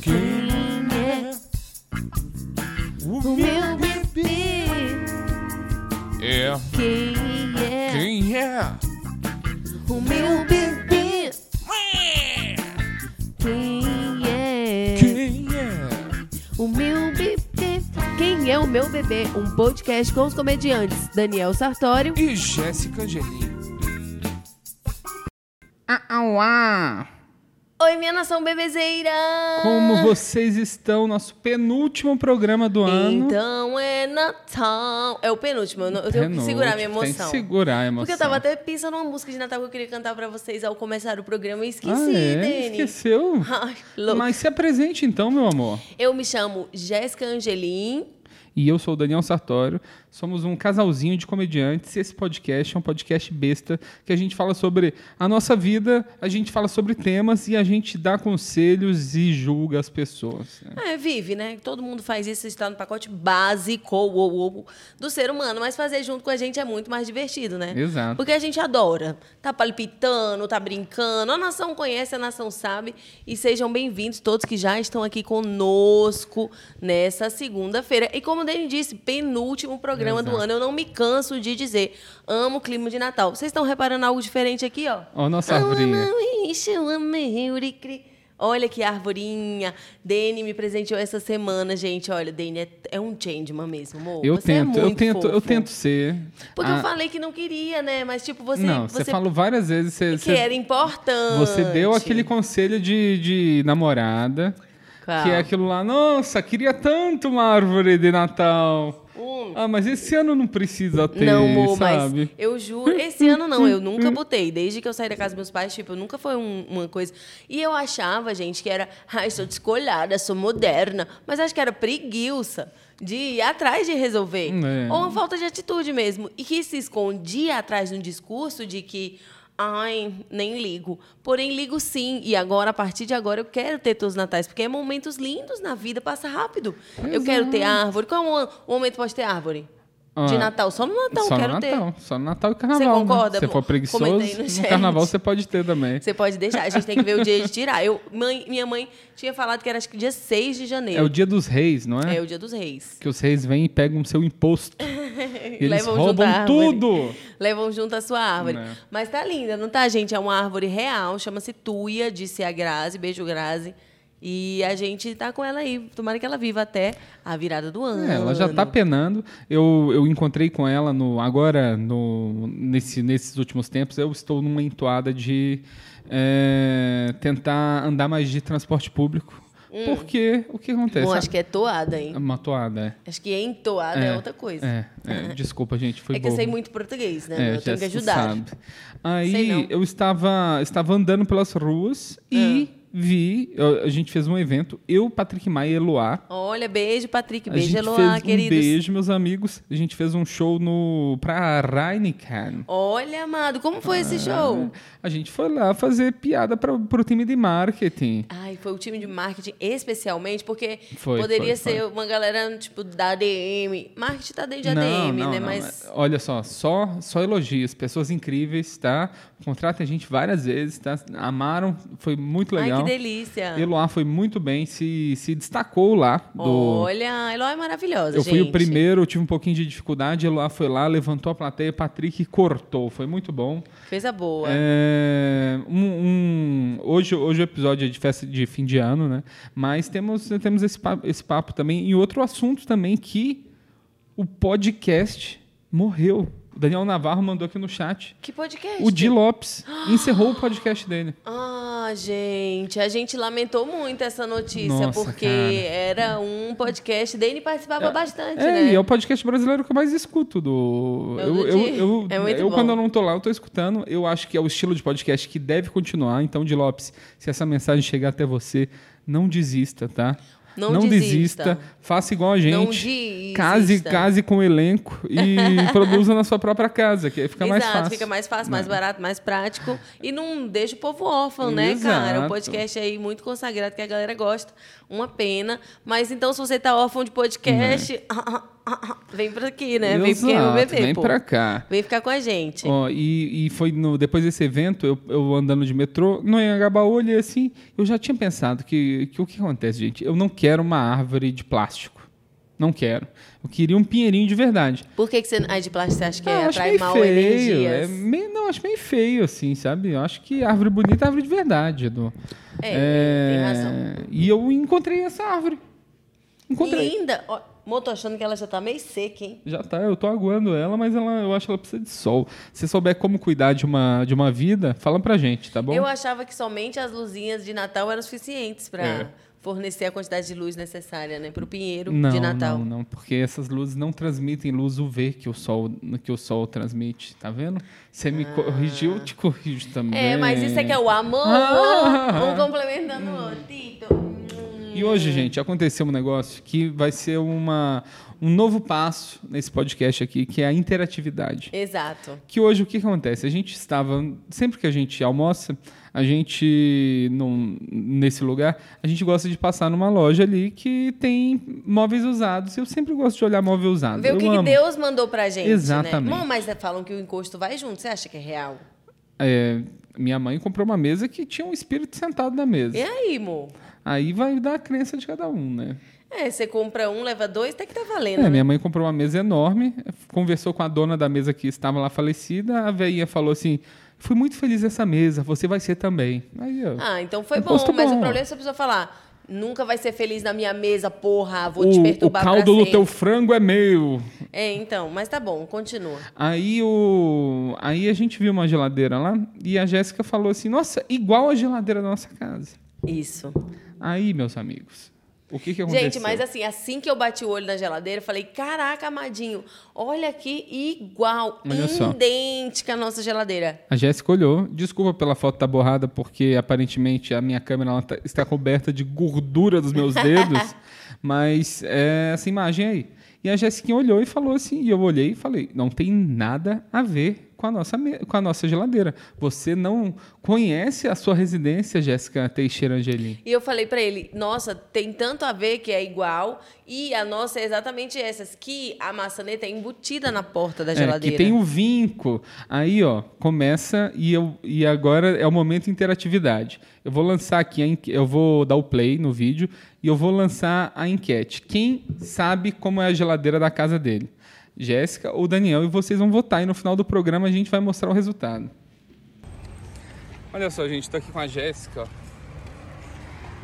Quem é O meu bebê, É, quem é? quem é? O meu bebê, quem é? Quem é? O meu bebê. Quem é o meu bebê? Um podcast com os comediantes Daniel Sartório. E Jéssica Angelim. Oi, minha nação bebezeira! Como vocês estão? Nosso penúltimo programa do ano. Então é Natal. É o penúltimo, eu, não- eu tenho que Penúltimo, segurar a minha emoção. Tem que segurar a emoção. Porque eu tava até pensando numa música de Natal que eu queria cantar pra vocês ao começar o programa e esqueci, ah, é? Dani. Esqueceu? Ai, louco. Mas se apresente então, meu amor. Eu me chamo Jéssica Angelim. E eu sou o Daniel Sartório. Somos um casalzinho de comediantes. Esse podcast é um podcast besta que a gente fala sobre a nossa vida, a gente fala sobre temas e a gente dá conselhos e julga as pessoas. né? É, vive, né? Todo mundo faz isso, está no pacote básico ou, ou, ou, do ser humano, mas fazer junto com a gente é muito mais divertido, né? É. Exato. Porque a gente adora. Tá palpitando, tá brincando. A nação conhece, a nação sabe. E sejam bem-vindos todos que já estão aqui conosco nessa segunda-feira. E como o Dani disse, penúltimo programa do Exato. ano. Eu não me canso de dizer. Amo o clima de Natal. Vocês estão reparando algo diferente aqui, ó? Ó, a nossa árvore. Olha que arvorinha. Dene me presenteou essa semana, gente. Olha, Dene é, é um changeman mesmo, amor. Eu Você é tento, eu muito tento, eu fofo. tento ser. Porque eu Ah, falei que não queria, né? Mas, tipo, você, Não, você, é você falou várias vezes. Você, que você- era importante. Você deu aquele conselho de, de namorada. Qual? Que é aquilo lá, nossa, queria tanto uma árvore de Natal. Ah, mas esse ano não precisa ter, Uh. Não, amor, sabe? mas eu juro, esse ano não, eu nunca botei. Desde que eu saí da casa dos meus pais, tipo, nunca foi um- uma coisa. E eu achava, gente, que era, ai, sou descolhada, sou moderna. Mas acho que era preguiça de ir atrás de resolver. É. Ou uma falta de atitude mesmo. E que se escondia atrás de um discurso de que. Ai, nem ligo. Porém, ligo sim. E agora, a partir de agora, eu quero ter todos os natais. Porque é momentos lindos na vida, passa rápido. Eu quero ter árvore. Qual é o momento que pode ter árvore? De Ah. Natal. Só no Natal, só quero no Natal, só no Natal e Você Carnaval. concorda, Né? Se você for amor? preguiçoso, Comenta aí no no chat. Carnaval você pode ter também. ter. Você pode deixar, a gente tem que ver o dia de tirar. Eu, mãe- minha mãe tinha falado que era acho que dia 6 de É o janeiro. dia dos reis, não é? É o dia dos reis. Que os reis vêm e pegam o seu imposto. e eles Levam junto a roubam árvore. tudo. Levam junto a sua árvore. Né. Mas tá linda, não tá, gente? É uma árvore real, chama-se Tuia, disse a Grazi. Beijo, Grazi. E a gente tá com ela aí. Tomara que ela viva até a virada do ano. É, ela já tá penando. Eu, eu encontrei com ela no agora no nesse, nesses últimos tempos. Eu estou numa entoada de é, tentar andar mais de transporte público. Porque o que acontece? Bom, acho Hum. que é toada, hein? Uma toada, Acho que entoada é, outra coisa. É, é. é, é. Desculpa, gente, foi que eu bobo. sei muito português, né? É, eu tenho que Jéssica ajudar. sabe. Sei não. Aí eu estava, estava andando pelas ruas e Ah. vi. eu- a gente fez um evento, eu, Patrick Maia e Eloá. Olha, beijo, Patrick. a gente Beijo, Eloá, fez queridos. um beijo, meus amigos. A gente fez um show no pra Heineken. Olha, amado, como foi Ah. esse show? A gente foi lá fazer piada para pro time de marketing. Ai, foi o time de marketing especialmente, porque Foi, poderia foi, ser uma galera, tipo, da ADM. Marketing tá dentro de ADM, né? Mas. é, Olha só, só, só elogios, pessoas incríveis, tá? Contratem a gente várias vezes, tá? Amaram, foi muito legal. Ai, que delícia. Eloá foi muito bem, se, se destacou lá. Do... Olha, a Eloy é maravilhosa, Eu gente. fui o primeiro, eu tive um pouquinho de dificuldade. Eloá foi lá, levantou a plateia, Patrick cortou. Foi muito bom. Coisa boa. É, um- um- hoje, hoje o episódio é de festa de fim de ano, né? Mas temos, temos esse, pa- esse papo também. E outro assunto também que o podcast morreu. O Daniel Navarro mandou aqui no chat. Que podcast? O Di Lopes encerrou o podcast dele. Ah, gente, a gente lamentou muito essa notícia, Nossa, porque cara. era um podcast. Dani participava bastante, é, né? e é o podcast brasileiro que eu mais escuto do. É o Eu, do eu, Di. eu- É muito eu, bom. quando eu não tô lá, eu tô escutando. Eu acho que é o estilo de podcast que deve continuar. Então, Di Lopes, se essa mensagem chegar até você, não desista, tá? Não desista. Faça igual a gente. Não desista. Case, case com o elenco e produza na sua própria casa, que aí fica mais Exato, fácil. É. fica mais fácil, mais barato, mais prático. E não deixa o povo órfão, né, cara? O Exato. podcast é aí muito consagrado que a galera gosta. Uma pena. Mas então, se você tá órfão de podcast, Vem pra aqui, né? Vem pro Né. Exato, MBB, Vem pô. pra cá. Vem ficar com a gente. Ó, e, e foi no- depois desse evento, eu, eu andando de metrô, no Anhangabaú, olhei assim, eu já tinha pensado que, que o que acontece, gente? Eu não quero uma árvore de plástico. Não quero. Eu queria um pinheirinho de verdade. Por que, que você. A de plástico você acha que Ah, eu é, acho atrai meio mal feio. é energias? meio- não, acho meio feio, assim, sabe? Eu acho que árvore bonita é árvore de verdade, Edu. É, É, tem razão. E eu encontrei essa árvore. Encontrei. Linda. Ó, Mô, tô achando que ela já tá meio seca, hein? Já tá, eu tô aguando ela, mas ela, eu acho que ela precisa de sol. Se souber como cuidar de uma, de uma vida, fala pra gente, tá bom? Eu achava que somente as luzinhas de Natal eram suficientes pra É. fornecer a quantidade de luz necessária, né? Pro pinheiro não, de Natal. não, não, porque essas luzes não transmitem luz UV que o sol, que o sol transmite, tá vendo? Você me corrigiu, eu te corrijo também. Ah. É, mas isso é que é o amor. Ah. Um complementando o outro. Tito. Hum. E hoje, gente, aconteceu um negócio que vai ser uma, um novo passo nesse podcast aqui, que é a interatividade. Exato. Que hoje o que que acontece? A gente estava. Sempre que a gente almoça, a gente. num- nesse lugar, a gente gosta de passar numa loja ali que tem móveis usados. Eu sempre gosto de olhar móvel usado. Ver eu o que, que amo. Deus mandou pra gente, Exatamente. né? Bom, mas falam que o encosto vai junto. Você acha que é real? É, minha mãe comprou uma mesa que tinha um espírito sentado na mesa. E aí, amor? Aí vai dar a crença de cada um, né? É, você compra um, leva dois, até que tá valendo. É, né? minha mãe comprou uma mesa enorme, conversou com a dona da mesa que estava lá falecida, a velhinha falou assim: fui muito feliz nessa mesa, você vai ser também. Aí eu. Ah, então foi Eu bom, posto mas bom. o problema é você precisa falar. Nunca vai ser feliz na minha mesa, porra, vou te o, o perturbar pra caldo do sempre." teu frango é meu. É, então, mas tá bom, continua. Aí, o... Aí a gente viu uma geladeira lá e a Jéssica falou assim: nossa, igual a geladeira da nossa casa. Isso. Aí, meus amigos, o que, que aconteceu? Gente, mas assim, assim que eu bati o olho na geladeira, eu falei: caraca, amadinho, olha aqui, igual, Olha só. idêntica à nossa geladeira. A Jéssica olhou. Desculpa pela foto tá borrada, porque aparentemente a minha câmera ela tá- está coberta de gordura dos meus dedos. mas é essa imagem aí. E a Jéssica olhou e falou assim, e eu olhei e falei, não tem nada a ver com a nossa, me- com a nossa geladeira. Você não conhece a sua residência, Jéssica Teixeira Angelim. E eu falei pra ele, nossa, tem tanto a ver que é igual, e a nossa é exatamente essas, que a maçaneta é embutida na porta da É, geladeira. que tem o vinco. Aí, ó, começa e, eu, e agora é o momento interatividade. Eu vou lançar aqui, a enque- eu vou dar o play no vídeo e eu vou lançar a enquete. Quem sabe como é a geladeira da casa dele? Jéssica ou Daniel? E vocês vão votar. E no final do programa a gente vai mostrar o resultado. Olha só, gente, tô aqui com a Jéssica. ó.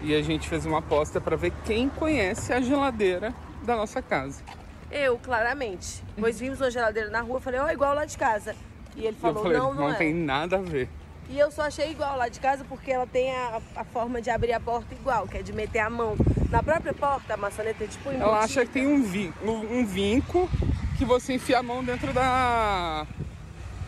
E a gente fez uma aposta para ver quem conhece a geladeira da nossa casa. Eu, claramente. Nós vimos uma geladeira na rua, falei, ó, igual lá de casa. E ele E falou, eu falei, não, não, é. tem nada a ver. E eu só achei igual lá de casa porque ela tem a, a forma de abrir a porta igual, que é de meter a mão na própria porta, a maçaneta é tipo embutida. Ela acha que tem um, vi- um- um vinco que você enfia a mão dentro da.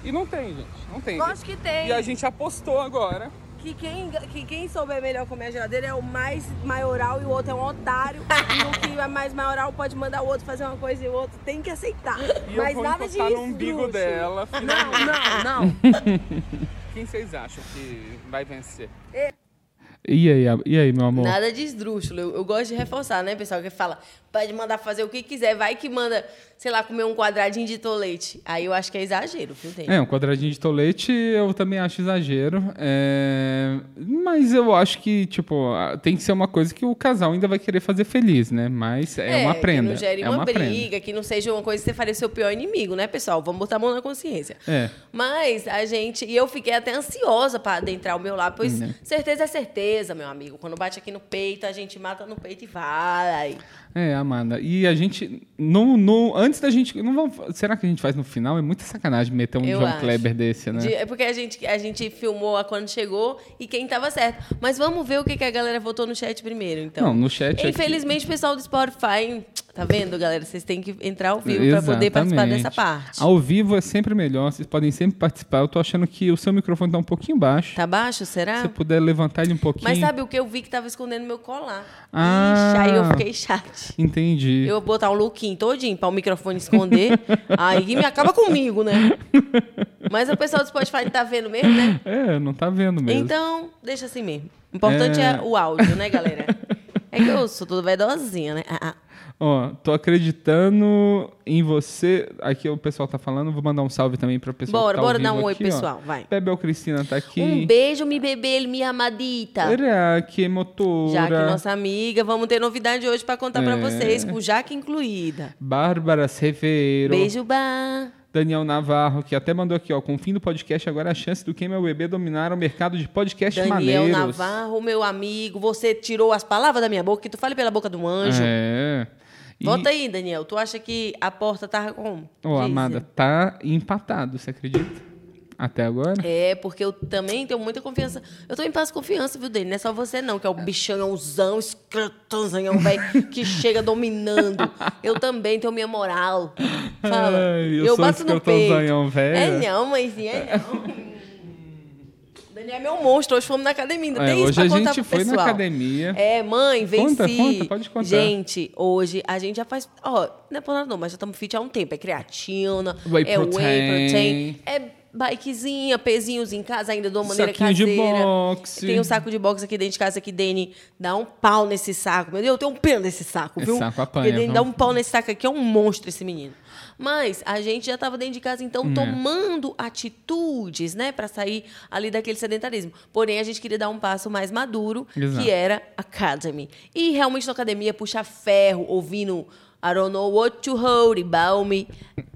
E não tem, gente. Não tem. Lógico que tem. E a gente apostou agora. Que, quem, que quem souber melhor comer a geladeira é o mais maioral e o outro é um otário. e o que é mais maioral pode mandar o outro fazer uma coisa e o outro tem que aceitar. E Mas eu vou nada de encostar isso. no umbigo bruxo. dela. Não, finalmente. não, não. Quem vocês acham que vai vencer? E aí, meu amor? Nada de esdrúxulo. Eu, eu gosto de reforçar, né, pessoal? Que fala, pode mandar fazer o que quiser. Vai que manda, sei lá, comer um quadradinho de tolete. Aí eu acho que é exagero, viu, Tem? É, um quadradinho de tolete eu também acho exagero. é, Mas eu acho que, tipo, a- tem que ser uma coisa que o casal ainda vai querer fazer feliz, né? Mas é, uma prenda. Que não gere é uma, uma briga, prenda. que não seja uma coisa que você faria seu pior inimigo, né, pessoal? Vamos botar a mão na consciência. É. Mas a gente. E eu fiquei até ansiosa pra adentrar o meu lá, pois Né. certeza é certeza, meu amigo. Quando bate aqui no peito, a gente mata no peito e vai. É, Amanda. E a gente. No, no, antes da gente. Não vamos, será que a gente faz no final? É muita sacanagem meter um Eu João acho. Kleber desse, né? De- é porque a gente, a gente filmou a quando chegou e quem tava certo. Mas vamos ver o que, que a galera votou no chat primeiro, então. Não, no chat aqui- Infelizmente, o pessoal do Spotify. Tá vendo, galera? Vocês têm que entrar ao vivo pra poder participar Exatamente. dessa parte. Ao vivo é sempre melhor, vocês podem sempre participar. Eu tô achando que o seu microfone tá um pouquinho baixo. Tá baixo, será? Se você puder levantar ele um pouquinho. Mas sabe o que eu vi que tava escondendo meu colar? Ah. Ixi, aí eu fiquei chate. Entendi. Eu vou botar um lookinho todinho pra o microfone esconder. aí me acaba comigo, né? Mas o pessoal do Spotify não tá vendo mesmo, né? É, não tá vendo mesmo. Então, deixa assim mesmo. O importante é... o áudio, né, galera? É que eu sou toda vaidosinha, né? Ah, ah. Ó, tô acreditando em você. Aqui o pessoal tá falando, vou mandar um salve também pra pessoal Bora, que tá bora ao vivo dar um oi, aqui, ó. pessoal, vai. Bebel Cristina tá aqui. Um beijo, mi bebê, minha amadita. Jaque, Jaque, motora. nossa amiga, vamos ter novidade hoje pra contar É. pra vocês, com Jaque incluída. Bárbara Severo. Beijo, bar. Daniel Navarro, que até mandou aqui, ó. Com o fim do podcast, agora é a chance do Quem Meu Bebê dominar o mercado de podcast Daniel maneiros. Navarro, meu amigo, você tirou as palavras da minha boca, que tu fale pela boca do anjo. É. E, Volta aí, Daniel. Tu acha que a porta tá como? Ô, Diz. Amada, tá empatado, você acredita? Até agora? É, porque eu também tenho muita confiança. Eu tô em paz com confiança, viu, Dani? Não é só você, não, que é o bichãozão, escrotãozão, velho, que chega dominando. Eu também tenho minha moral. Fala. Ai, eu eu sou bato no peito. escrotãozão, velho. É não, mãezinha, é não. Daniel é meu monstro. Hoje fomos na academia. Ainda É, tem isso hoje pra a contar gente pro foi na pessoal. academia. É, mãe, venci. Conta, conta, pode contar. Gente, hoje a gente já faz. Ó, não é por nada não, mas já estamos fit há um tempo. É creatina, Whey é whey protein. protein, é bikezinha, pezinhos em casa, ainda de uma maneira Saquinho de caseira. boxe. Tem um saco de boxe aqui dentro de casa que Dani dá um pau nesse saco. Meu Deus, eu tenho um pena desse saco, Esse viu? saco apanha, Porque Dani viu? dá um pau nesse saco aqui, é um monstro esse menino. Mas a gente já estava dentro de casa, então, tomando atitudes, né, para sair ali daquele sedentarismo. Porém, a gente queria dar um passo mais maduro, Exato. que era Academy. E realmente na academia, puxar ferro, ouvindo I don't know what to hold about me.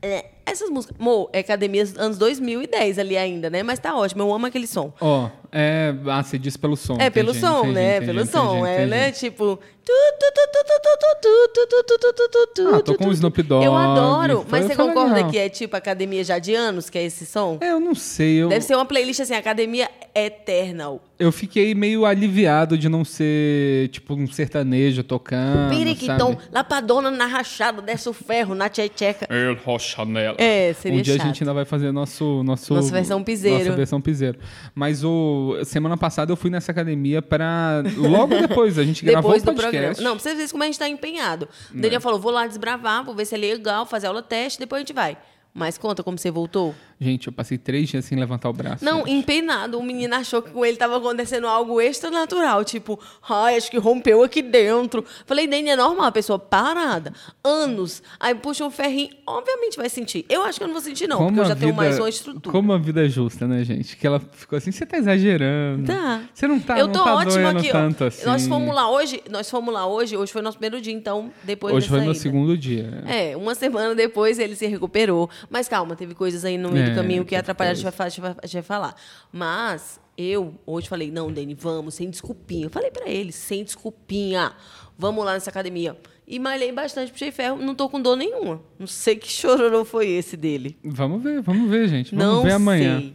É, Essas músicas. Mo, é academia dos anos 2010 ali ainda, né? Mas tá ótimo, eu amo aquele som. Ó, é. Ah, você diz pelo som. É, pelo entendi, som, entendi, né? entendi, pelo entendi, som, é, entendi. né? Tipo. tu, tu, tu, tu, tu, tu, tu, tu, tu, tu, tu, tu, tu, Ah, tô tu, com tu, o Snoop tu. Dogg, Eu adoro, foi- mas você foi concorda legal. que é tipo Academia já de anos, que é esse som? É, eu não sei. Eu, Deve ser uma playlist assim, Academia Eternal. eu fiquei meio aliviado de não ser, tipo, um sertanejo tocando. Piriquitão, Ah, sabe? lapadona na rachada, desce o ferro, na tchecheca. El Rochanela. É, seria um dia a chato. gente ainda vai fazer nosso, nosso Nossa versão piseiro. Nossa versão piseiro. Mas o semana passada eu fui nessa academia para logo depois a gente gravou Depois o do programa. podcast. Né. Não, pra vocês verem como a gente tá empenhado. O Daniel falou: vou lá desbravar, vou ver se é legal, fazer aula teste, depois a gente vai. Mas conta como você voltou. Gente, eu passei três dias sem levantar o braço. Não, empenado. O menino achou que com ele tava acontecendo algo extranatural. Tipo, ai, acho que rompeu aqui dentro. Falei, Dani, é normal, a pessoa parada. Anos. Aí puxa um ferrinho. Obviamente vai sentir. Eu acho que eu não vou sentir, não, porque eu a já tenho vida- mais uma estrutura. Como a vida é justa, né, gente? Que ela ficou assim, você tá exagerando. Tá. Você não tá, eu não tô tá ótima doendo aqui, ó. tanto assim. Nós fomos lá hoje, nós fomos lá hoje, hoje foi nosso primeiro dia, então depois Hoje dessa foi meu ida. segundo dia. É, uma semana depois ele se recuperou. Mas calma, teve coisas aí no meio É, do caminho que teve atrapalharam, a gente vai fa- a gente vai, a gente vai falar. Mas eu hoje falei, não, Dani, vamos, sem desculpinha. Eu falei pra ele, sem desculpinha. Vamos lá nessa academia. E malhei bastante, puxei ferro, não tô com dor nenhuma. Não sei que chororô foi esse dele. Vamos ver, vamos ver, gente. Vamos Não ver amanhã. sei.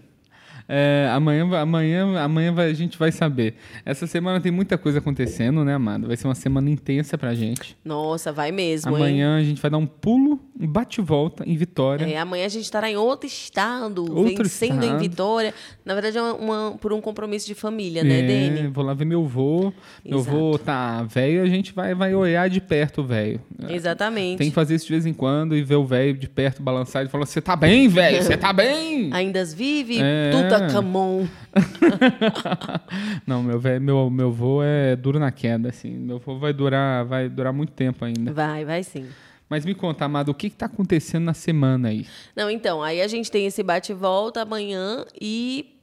É, amanhã, va- amanhã, amanhã vai- a gente vai saber. Essa semana tem muita coisa acontecendo, né, Amado? Vai ser uma semana intensa pra gente. Nossa, vai mesmo, hein? Amanhã a gente vai dar um pulo, um bate-volta em Vitória. É, amanhã a gente estará em outro estado, Outro vencendo estado. em Vitória. Na verdade, é uma- uma- por um compromisso de família, É. né, Dani? vou lá ver meu vô. Meu Exato. vô tá velho, a gente vai, vai olhar de perto o velho. Exatamente. É. Tem que fazer isso de vez em quando e ver o velho de perto balançar e falar: Você tá bem, velho? Você tá bem? Ainda vive É. Tutacamon. Não, meu velho, meu, meu vô é duro na queda, assim. Meu vô vai durar, vai durar muito tempo ainda. Vai, vai sim. Mas me conta, Amado, o que, que tá acontecendo na semana aí? Não, então, aí a gente tem esse bate-volta amanhã e.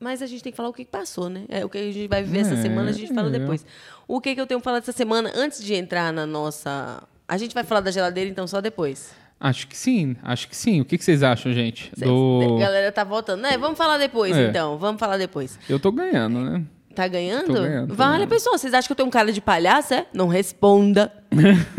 Mas a gente tem que falar o que que passou, né? É, o que a gente vai viver essa É, semana, a gente fala é. depois. O que, que eu tenho falado essa semana antes de entrar na nossa. A gente vai falar da geladeira, então, só depois. Acho que sim, acho que sim. O que, que vocês acham, gente? Cê- Do- A galera tá voltando, né? Vamos falar depois, É. então. Vamos falar depois. Eu tô ganhando, né? Tá ganhando? Tô ganhando, tô vale, ganhando. pessoal. Vocês acham que eu tenho um cara de palhaço, é? Não responda.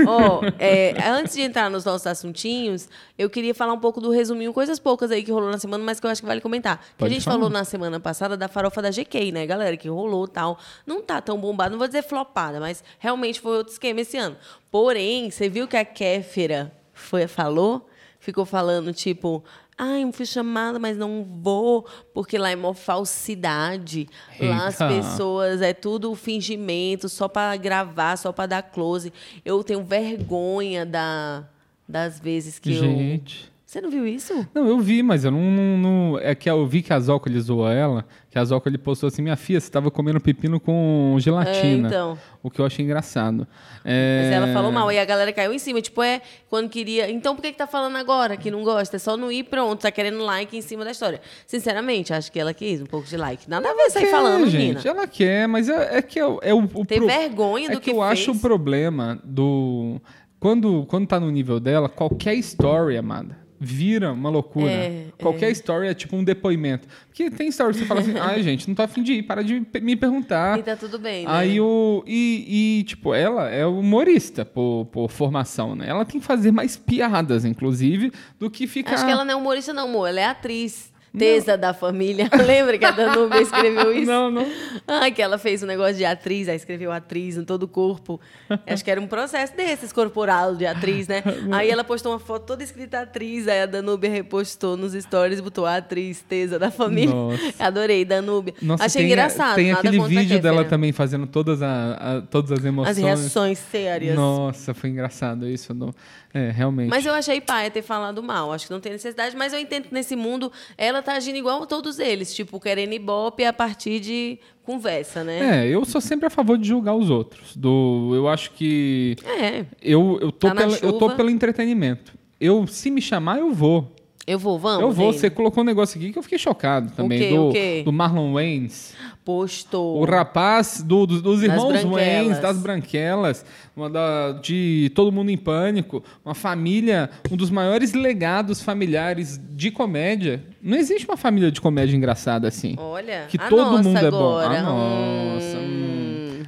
Ó, é, antes de entrar nos nossos assuntinhos, eu queria falar um pouco do resuminho, coisas poucas aí que rolou na semana, mas que eu acho que vale comentar. Que Pode a gente falar. falou na semana passada da farofa da GK, né, galera? Que rolou e tal. Não tá tão bombado, não vou dizer flopada, mas realmente foi outro esquema esse ano. Porém, você viu que a Kéfera foi, falou? Ficou falando, tipo... Ai, eu fui chamada, mas não vou, porque lá é mó falsidade. Lá as Eita. pessoas pessoas, é tudo fingimento, só para gravar, só para dar close. Eu tenho vergonha da, das vezes que eu Gente. Você não viu isso? Não, eu vi, mas eu não. não- não- é que eu vi que a Zócoli zoou ela, que a Zócoli postou assim: minha filha, você tava comendo pepino com gelatina. É, então. O que eu achei engraçado. Mas É, ela falou mal, e a galera caiu em cima. Tipo, é, quando queria. Então por que, que tá falando agora que não gosta? É só não ir pronto, tá querendo like em cima da história. Sinceramente, acho que ela quis um pouco de like. Nada a ver sair quer, falando, menina. gente. Ela quer, mas é, é que é, o- é o, o Tem vergonha é do que eu acho fez. o problema do. Quando, quando tá no nível dela, qualquer story, amada, vira uma loucura. É, qualquer story é tipo um depoimento. Porque tem story que você fala assim, ai, gente, não tô afim de ir, para de pe- me perguntar. E tá tudo bem, né? Aí o. E, e, tipo, ela é humorista por, por formação, né? Ela tem que fazer mais piadas, inclusive, do que ficar. Acho que ela não é humorista, não, amor. Ela é atriz. Tesa da família. Lembra que a Danúbia escreveu isso? Não, não. Ah, que ela fez um negócio de atriz, aí escreveu atriz em todo o corpo. Acho que era um processo desses, corporal de atriz, né? Aí ela postou uma foto toda escrita atriz, aí a Danúbia repostou nos stories e botou a atriz, Tesa da família. Nossa. Adorei, Danúbia. Nossa, Achei tem, engraçado. Tem nada aquele contra a vídeo dela Kéfera. também fazendo todas, a, a- todas as emoções. As reações sérias. Nossa, foi engraçado isso. não- É, realmente. Mas eu achei paia ter falado mal. Acho que não tem necessidade. Mas eu entendo que nesse mundo ela tá agindo igual a todos eles. Tipo, querendo ibope a partir de conversa, né? É, eu sou sempre a favor de julgar os outros. Do, eu acho que. É. Eu, eu, tô Tá na pela- eu tô chuva. pelo entretenimento. Eu, se me chamar, eu vou. Eu vou, vamos. eu vou. Reino. Você colocou um negócio aqui que eu fiquei chocado também. quê? do, O quê? do Marlon Waynes. Postou. O rapaz do- do- dos Das irmãos Branquelas. Wayne, das Branquelas, uma da- de Todo Mundo em Pânico, uma família, um dos maiores legados familiares de comédia. Não existe uma família de comédia engraçada assim. Olha, que a todo nossa mundo é bom. agora. Ah, nossa. Hum. hum.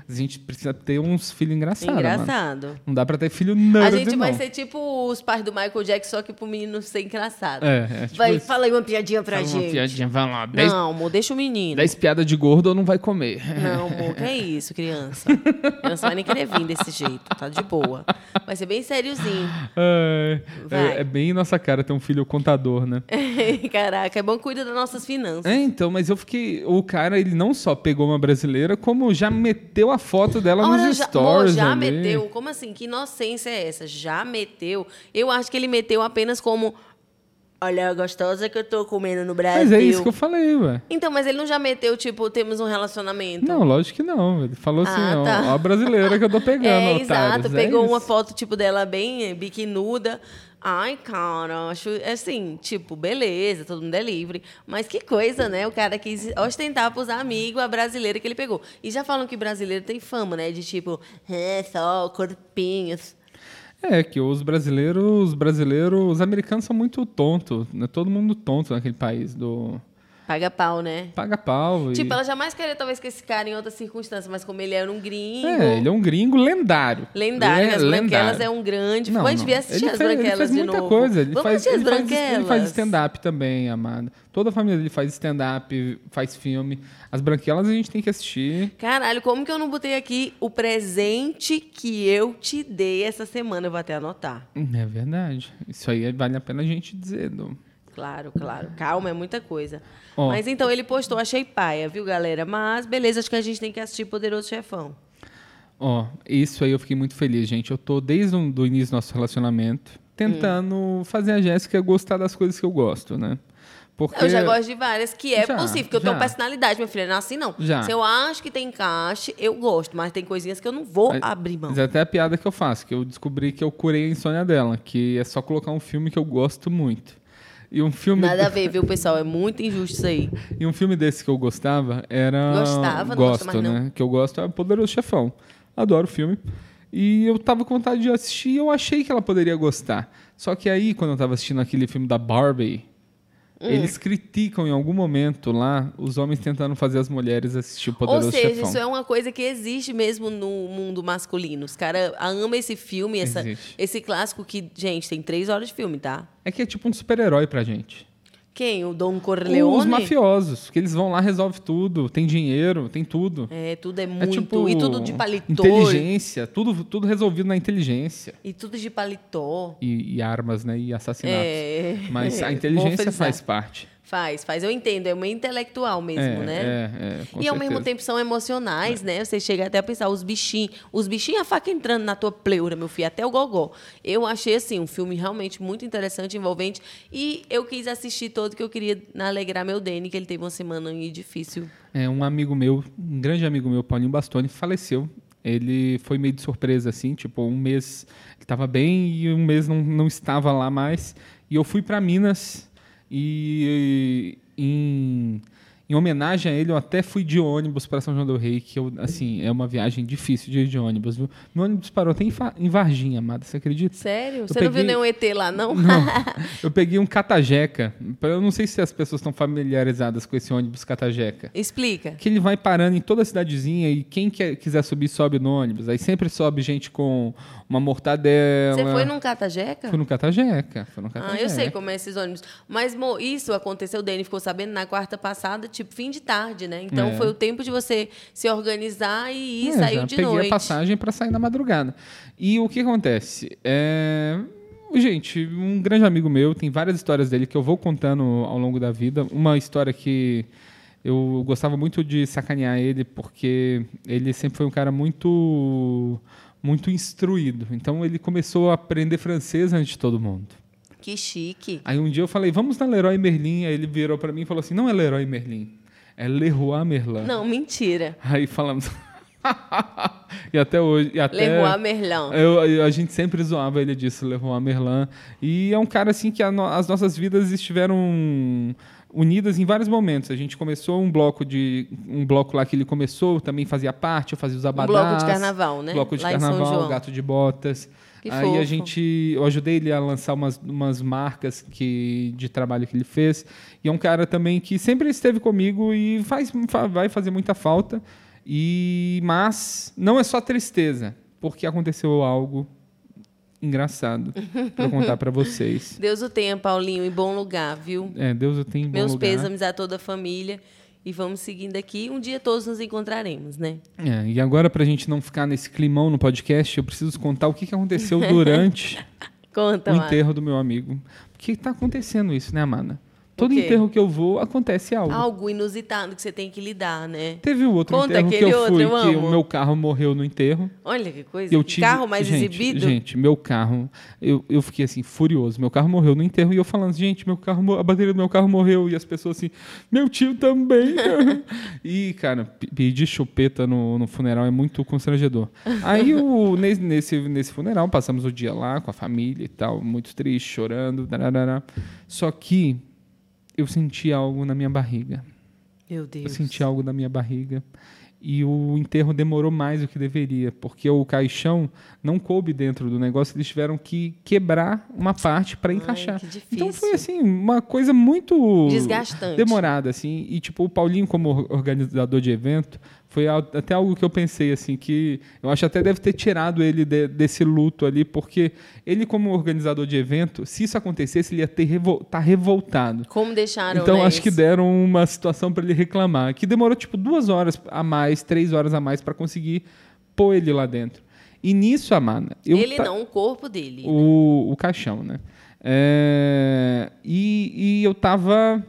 A gente precisa ter uns filhos engraçados. mano. Engraçado. Não dá pra ter filho nerd, a gente vai não. ser tipo os pais do Michael Jackson, só que pro menino ser engraçado. É, é tipo vai, isso. fala aí uma piadinha pra Fala uma gente. piadinha, vai lá. Dez, Não, amor, deixa o menino. dez piadas de gordo ou não vai comer. Não, amor, que é isso, criança. Criança vai nem querer vir desse jeito, tá de boa. Vai ser bem sériozinho. É, Vai. é, é bem nossa cara ter um filho contador, né? Caraca, é bom que cuida das nossas finanças. É, então, mas eu fiquei. O cara, ele não só pegou uma brasileira, como já meteu a foto dela Ora, nos já, amor, stories. já ali. meteu. Como assim? Que inocência é essa? Já meteu. Eu acho que ele meteu apenas como. Olha a gostosa que eu tô comendo no Brasil. Mas é isso que eu falei, ué. Então, mas ele não já meteu, tipo, temos um relacionamento. Não, lógico que não. Ele falou assim: Ah, ó, tá. ó a brasileira que eu tô pegando, é, otários. exato. É Pegou uma isso. foto, tipo, dela bem eh, biquinuda. Ai, cara, acho assim, tipo, beleza, todo mundo é livre. Mas que coisa, né? O cara quis ostentar pros amigos a brasileira que ele pegou. E já falam que brasileiro tem fama, né? De tipo, é, só corpinhos. É, que os brasileiros, os brasileiros, os americanos são muito tontos, né? Todo mundo tonto naquele país do Paga pau, né? paga pau. e- é, Tipo, ela jamais queria, talvez, que esse cara em outra circunstância, mas como ele era um gringo. É, ele é um gringo lendário. Lendário, Le- as Branquelas lendário. é um grande. Não, Não, a gente não. devia assistir Ele as fez- ele Branquelas fez de muita novo. coisa. Ele Vamos faz, assistir as ele faz- Branquelas. ele faz stand-up também, Amanda. Toda a família dele faz stand-up, faz filme. As Branquelas a gente tem que assistir. Caralho, como que eu não botei aqui o presente que eu te dei essa semana? Eu vou até anotar. Hum, É verdade. Isso aí vale a pena a gente dizer. Du. Claro, claro. Calma, é muita coisa. Ó. Mas então ele postou, achei paia, viu, galera? Mas beleza, acho que a gente tem que assistir Poderoso Chefão. Ó, isso aí eu fiquei muito feliz, gente. Eu tô desde o do início do nosso relacionamento tentando fazer a Jéssica gostar das coisas que eu gosto, né? Porque Hum. Eu já gosto de várias, que é Já, possível, porque eu já. tenho personalidade, minha filha. Não é assim, não. Já. Se eu acho que tem encaixe, eu gosto, mas tem coisinhas que eu não vou Mas- abrir mão. Mas é até a piada que eu faço, que eu descobri que eu curei a insônia dela, que é só colocar um filme que eu gosto muito. E um filme, Nada a ver, viu, pessoal? É muito injusto isso aí. e um filme desse que eu gostava era. Gostava, não gosto, gosta mais não. né? Que eu gosto é Poderoso Chefão. Adoro o filme. E eu tava com vontade de assistir e eu achei que ela poderia gostar. Só que aí, quando eu tava assistindo aquele filme da Barbie, Hum. eles criticam em algum momento lá os homens tentando fazer as mulheres assistir o Poderoso Ou seja, Chefão. isso é uma coisa que existe mesmo no mundo masculino. Os caras amam esse filme, essa, Existe. esse clássico que, gente, tem três horas de filme, tá? é que é tipo um super-herói pra gente. Quem? O Don Corleone? Os mafiosos, que eles vão lá, resolve tudo, tem dinheiro, tem tudo. É, tudo é É muito. tipo E tudo de paletó. inteligência, tudo, tudo resolvido na inteligência. E tudo de paletó. E, e armas, né? E assassinatos. É. Mas a Bom inteligência frisar. faz parte. Faz, faz. Eu entendo, é uma intelectual mesmo, é, né? É, é, com E ao mesmo certeza. É. tempo são emocionais, né? Você chega até a pensar, os bichinhos, os bichinhos, a faca entrando na tua pleura, meu filho, até o gogó. Eu achei, assim, um filme realmente muito interessante, envolvente. E eu quis assistir todo, que eu queria alegrar meu Dene, que ele teve uma semana aí difícil. É, um amigo meu, um grande amigo meu, Paulinho Bastoni, faleceu. Ele foi meio de surpresa, assim, tipo, um mês ele estava bem e um mês não, não estava lá mais. E eu fui para Minas e, em, em homenagem a ele, eu até fui de ônibus para São João do Rei, que eu, assim, é uma viagem difícil de ir de ônibus, viu? Meu ônibus parou até em, Fa- em Varginha, amada, você acredita? Sério? Eu Você não viu peguei- nenhum ET lá, não? Não, eu peguei um catajeca. Eu não sei se as pessoas estão familiarizadas com esse ônibus catajeca Explica. que ele vai parando em toda a cidadezinha e quem quer- quiser subir, sobe no ônibus. Aí sempre sobe gente com uma mortadela. Você foi num catajeca? Fui no Catajeca. Fui no Ah, Catajeca. eu sei como é esses ônibus. Mas, mo, isso aconteceu, o Dani ficou sabendo na quarta passada, tipo, fim de tarde, né? Então É. foi o tempo de você se organizar e ir, É, saiu já de peguei noite. a passagem para sair na madrugada. E o que acontece? É, Gente, um grande amigo meu, tem várias histórias dele que eu vou contando ao longo da vida. Uma história que eu gostava muito de sacanear ele, porque ele sempre foi um cara muito muito instruído. Então ele começou a aprender francês antes de todo mundo. Que chique. Aí um dia eu falei, vamos na Leroy Merlin. Aí ele virou pra mim e falou assim: não é Leroy Merlin, é Leroy Merlin. Não, mentira. Aí falamos. e até hoje. E até... Leroy Merlin. Eu- eu- a gente sempre zoava ele disso, Leroy Merlin. E é um cara assim que a no- as nossas vidas estiveram unidas em vários momentos. A gente começou um bloco de um bloco lá que ele começou, também fazia parte, eu fazia os abadás. Um bloco de carnaval, né? Bloco de Lá em São carnaval, João. gato de botas. Que Aí fofo. a gente eu ajudei ele a lançar umas, umas marcas que de trabalho que ele fez. E é um cara também que sempre esteve comigo e faz, fa- vai fazer muita falta. E mas não é só tristeza, porque aconteceu algo engraçado para contar para vocês. Deus o tenha, Paulinho, em bom lugar, viu? É, Deus eu tenho em bom Meus lugar. pêsames a toda a família. E vamos seguindo aqui. Um dia todos nos encontraremos, né? É, e agora pra gente não ficar nesse climão no podcast, eu preciso contar o que que aconteceu durante Conta, o Mara. enterro do meu amigo. Porque tá acontecendo isso, né, Amanda? Todo quê? enterro que eu vou acontece algo. Algo inusitado que você tem que lidar, né? Teve o outro Conta enterro que aquele eu outro, fui, eu que amo. o meu carro morreu no enterro. Olha que coisa. Eu que tive... carro mais gente, exibido. Gente, meu carro, eu, eu fiquei assim, furioso. Meu carro morreu no enterro e eu falando, gente, meu carro, mo- a bateria do meu carro morreu. E as pessoas assim, meu tio também. e, cara, pe- pedir chupeta no, no funeral é muito constrangedor. Aí, o, nes- nesse, nesse funeral, passamos o dia lá com a família e tal, muito triste, chorando. tararara. Só que eu senti algo na minha barriga. Meu Eu Deus. senti algo na minha barriga. E o enterro demorou mais do que deveria, porque o caixão não coube dentro do negócio, eles tiveram que quebrar uma parte para Ai, encaixar. que difícil. Então foi assim, uma coisa muito Desgastante. demorada assim. E tipo, o Paulinho como or- organizador de evento, foi al- até algo que eu pensei assim que eu acho até deve ter tirado ele de- desse luto ali, porque ele como organizador de evento, se isso acontecesse, ele ia ter revol- tá revoltado. Como deixaram, Então né, acho que isso? deram uma situação pra ele reclamar, que demorou tipo duas horas a mais, três horas a mais pra conseguir pôr ele lá dentro. E nisso, Amanda, eu Ele ta- não, o corpo dele. o, o caixão, né? É, e, e eu tava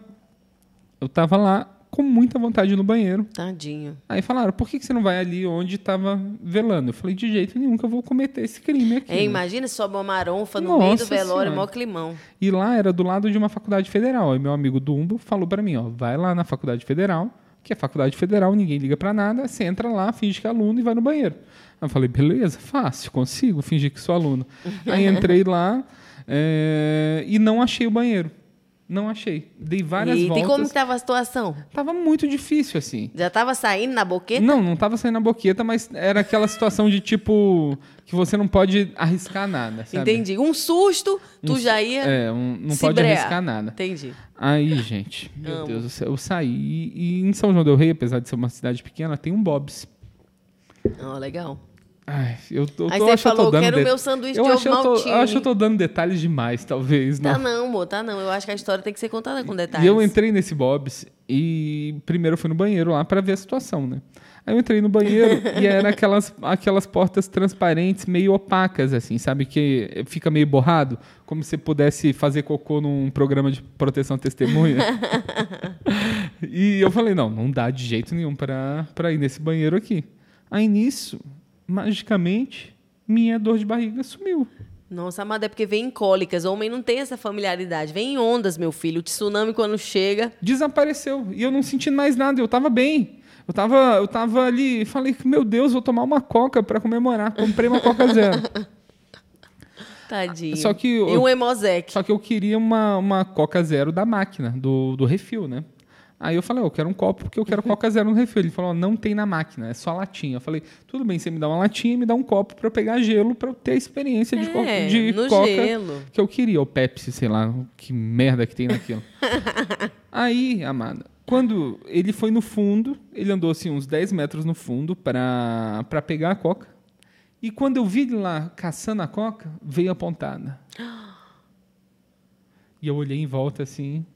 eu tava lá com muita vontade no banheiro. Tadinho. Aí falaram, por que, que você não vai ali onde tava velando? Eu falei, de jeito nenhum que eu vou cometer esse crime aqui. É, né? imagina se sobe uma maronfa no Nossa meio do velório, mó Senhora. climão. E lá era do lado de uma faculdade federal. E meu amigo Dumbo falou pra mim, ó, vai lá na faculdade federal, que é faculdade federal, ninguém liga pra nada, você entra lá, finge que é aluno e vai no banheiro. Aí eu falei, beleza, fácil, consigo fingir que sou aluno. Aí entrei lá é, e não achei o banheiro. Não achei. Dei várias Eita, e voltas. como que tava a situação? Tava muito difícil, assim. Já tava saindo na boqueta? Não, não tava saindo a boqueta, mas era aquela situação de tipo que você não pode arriscar nada, sabe? Entendi. Um susto, tu já ia É, um- não se pode brear. arriscar nada. Entendi. Aí, gente, meu Amo. Deus do céu, eu saí. E, e em São João Del Rei, apesar de ser uma cidade pequena, tem um Bob's. Ó, legal. Ai, eu tô, Aí tô, você acho que eu tô falou, dando quero o de- meu sanduíche eu de acho, que eu tô, Ovaltine. eu acho que eu tô dando detalhes demais, talvez. né? Tá Não. não, amor, tá não. Eu acho que a história tem que ser contada com detalhes. E eu entrei nesse Bob's e primeiro eu fui no banheiro lá pra ver a situação, né? Aí eu entrei no banheiro e era aquelas, aquelas portas transparentes, meio opacas, assim, sabe? Que fica meio borrado, como se pudesse fazer cocô num programa de proteção à testemunha. e eu falei, não, não dá de jeito nenhum pra, pra ir nesse banheiro aqui. Aí nisso, magicamente, minha dor de barriga sumiu. Nossa, amada, é porque vem em cólicas. Homem não tem essa familiaridade. Vem em ondas, meu filho. O tsunami, quando chega, desapareceu. E eu não senti mais nada, eu tava bem. Eu tava, eu tava ali, falei que, meu Deus, vou tomar uma coca pra comemorar. Comprei uma coca zero. tadinho. Só que E eu- um Emosec. Só que eu queria uma, uma coca zero da máquina, do, do refil, né? Aí eu falei, ó, eu quero um copo porque eu Uhum. quero coca zero no refil. Ele falou, ó, não tem na máquina, é só latinha. Eu falei, tudo bem, você me dá uma latinha e me dá um copo pra eu pegar gelo, pra eu ter a experiência de, co- É, de no coca gelo. que eu queria, ou Pepsi, sei lá, que merda que tem naquilo. Aí, amada, quando ele foi no fundo, ele andou assim uns 10 metros no fundo pra, pra pegar a coca. E quando eu vi ele lá caçando a coca, veio a pontada. E eu olhei em volta assim.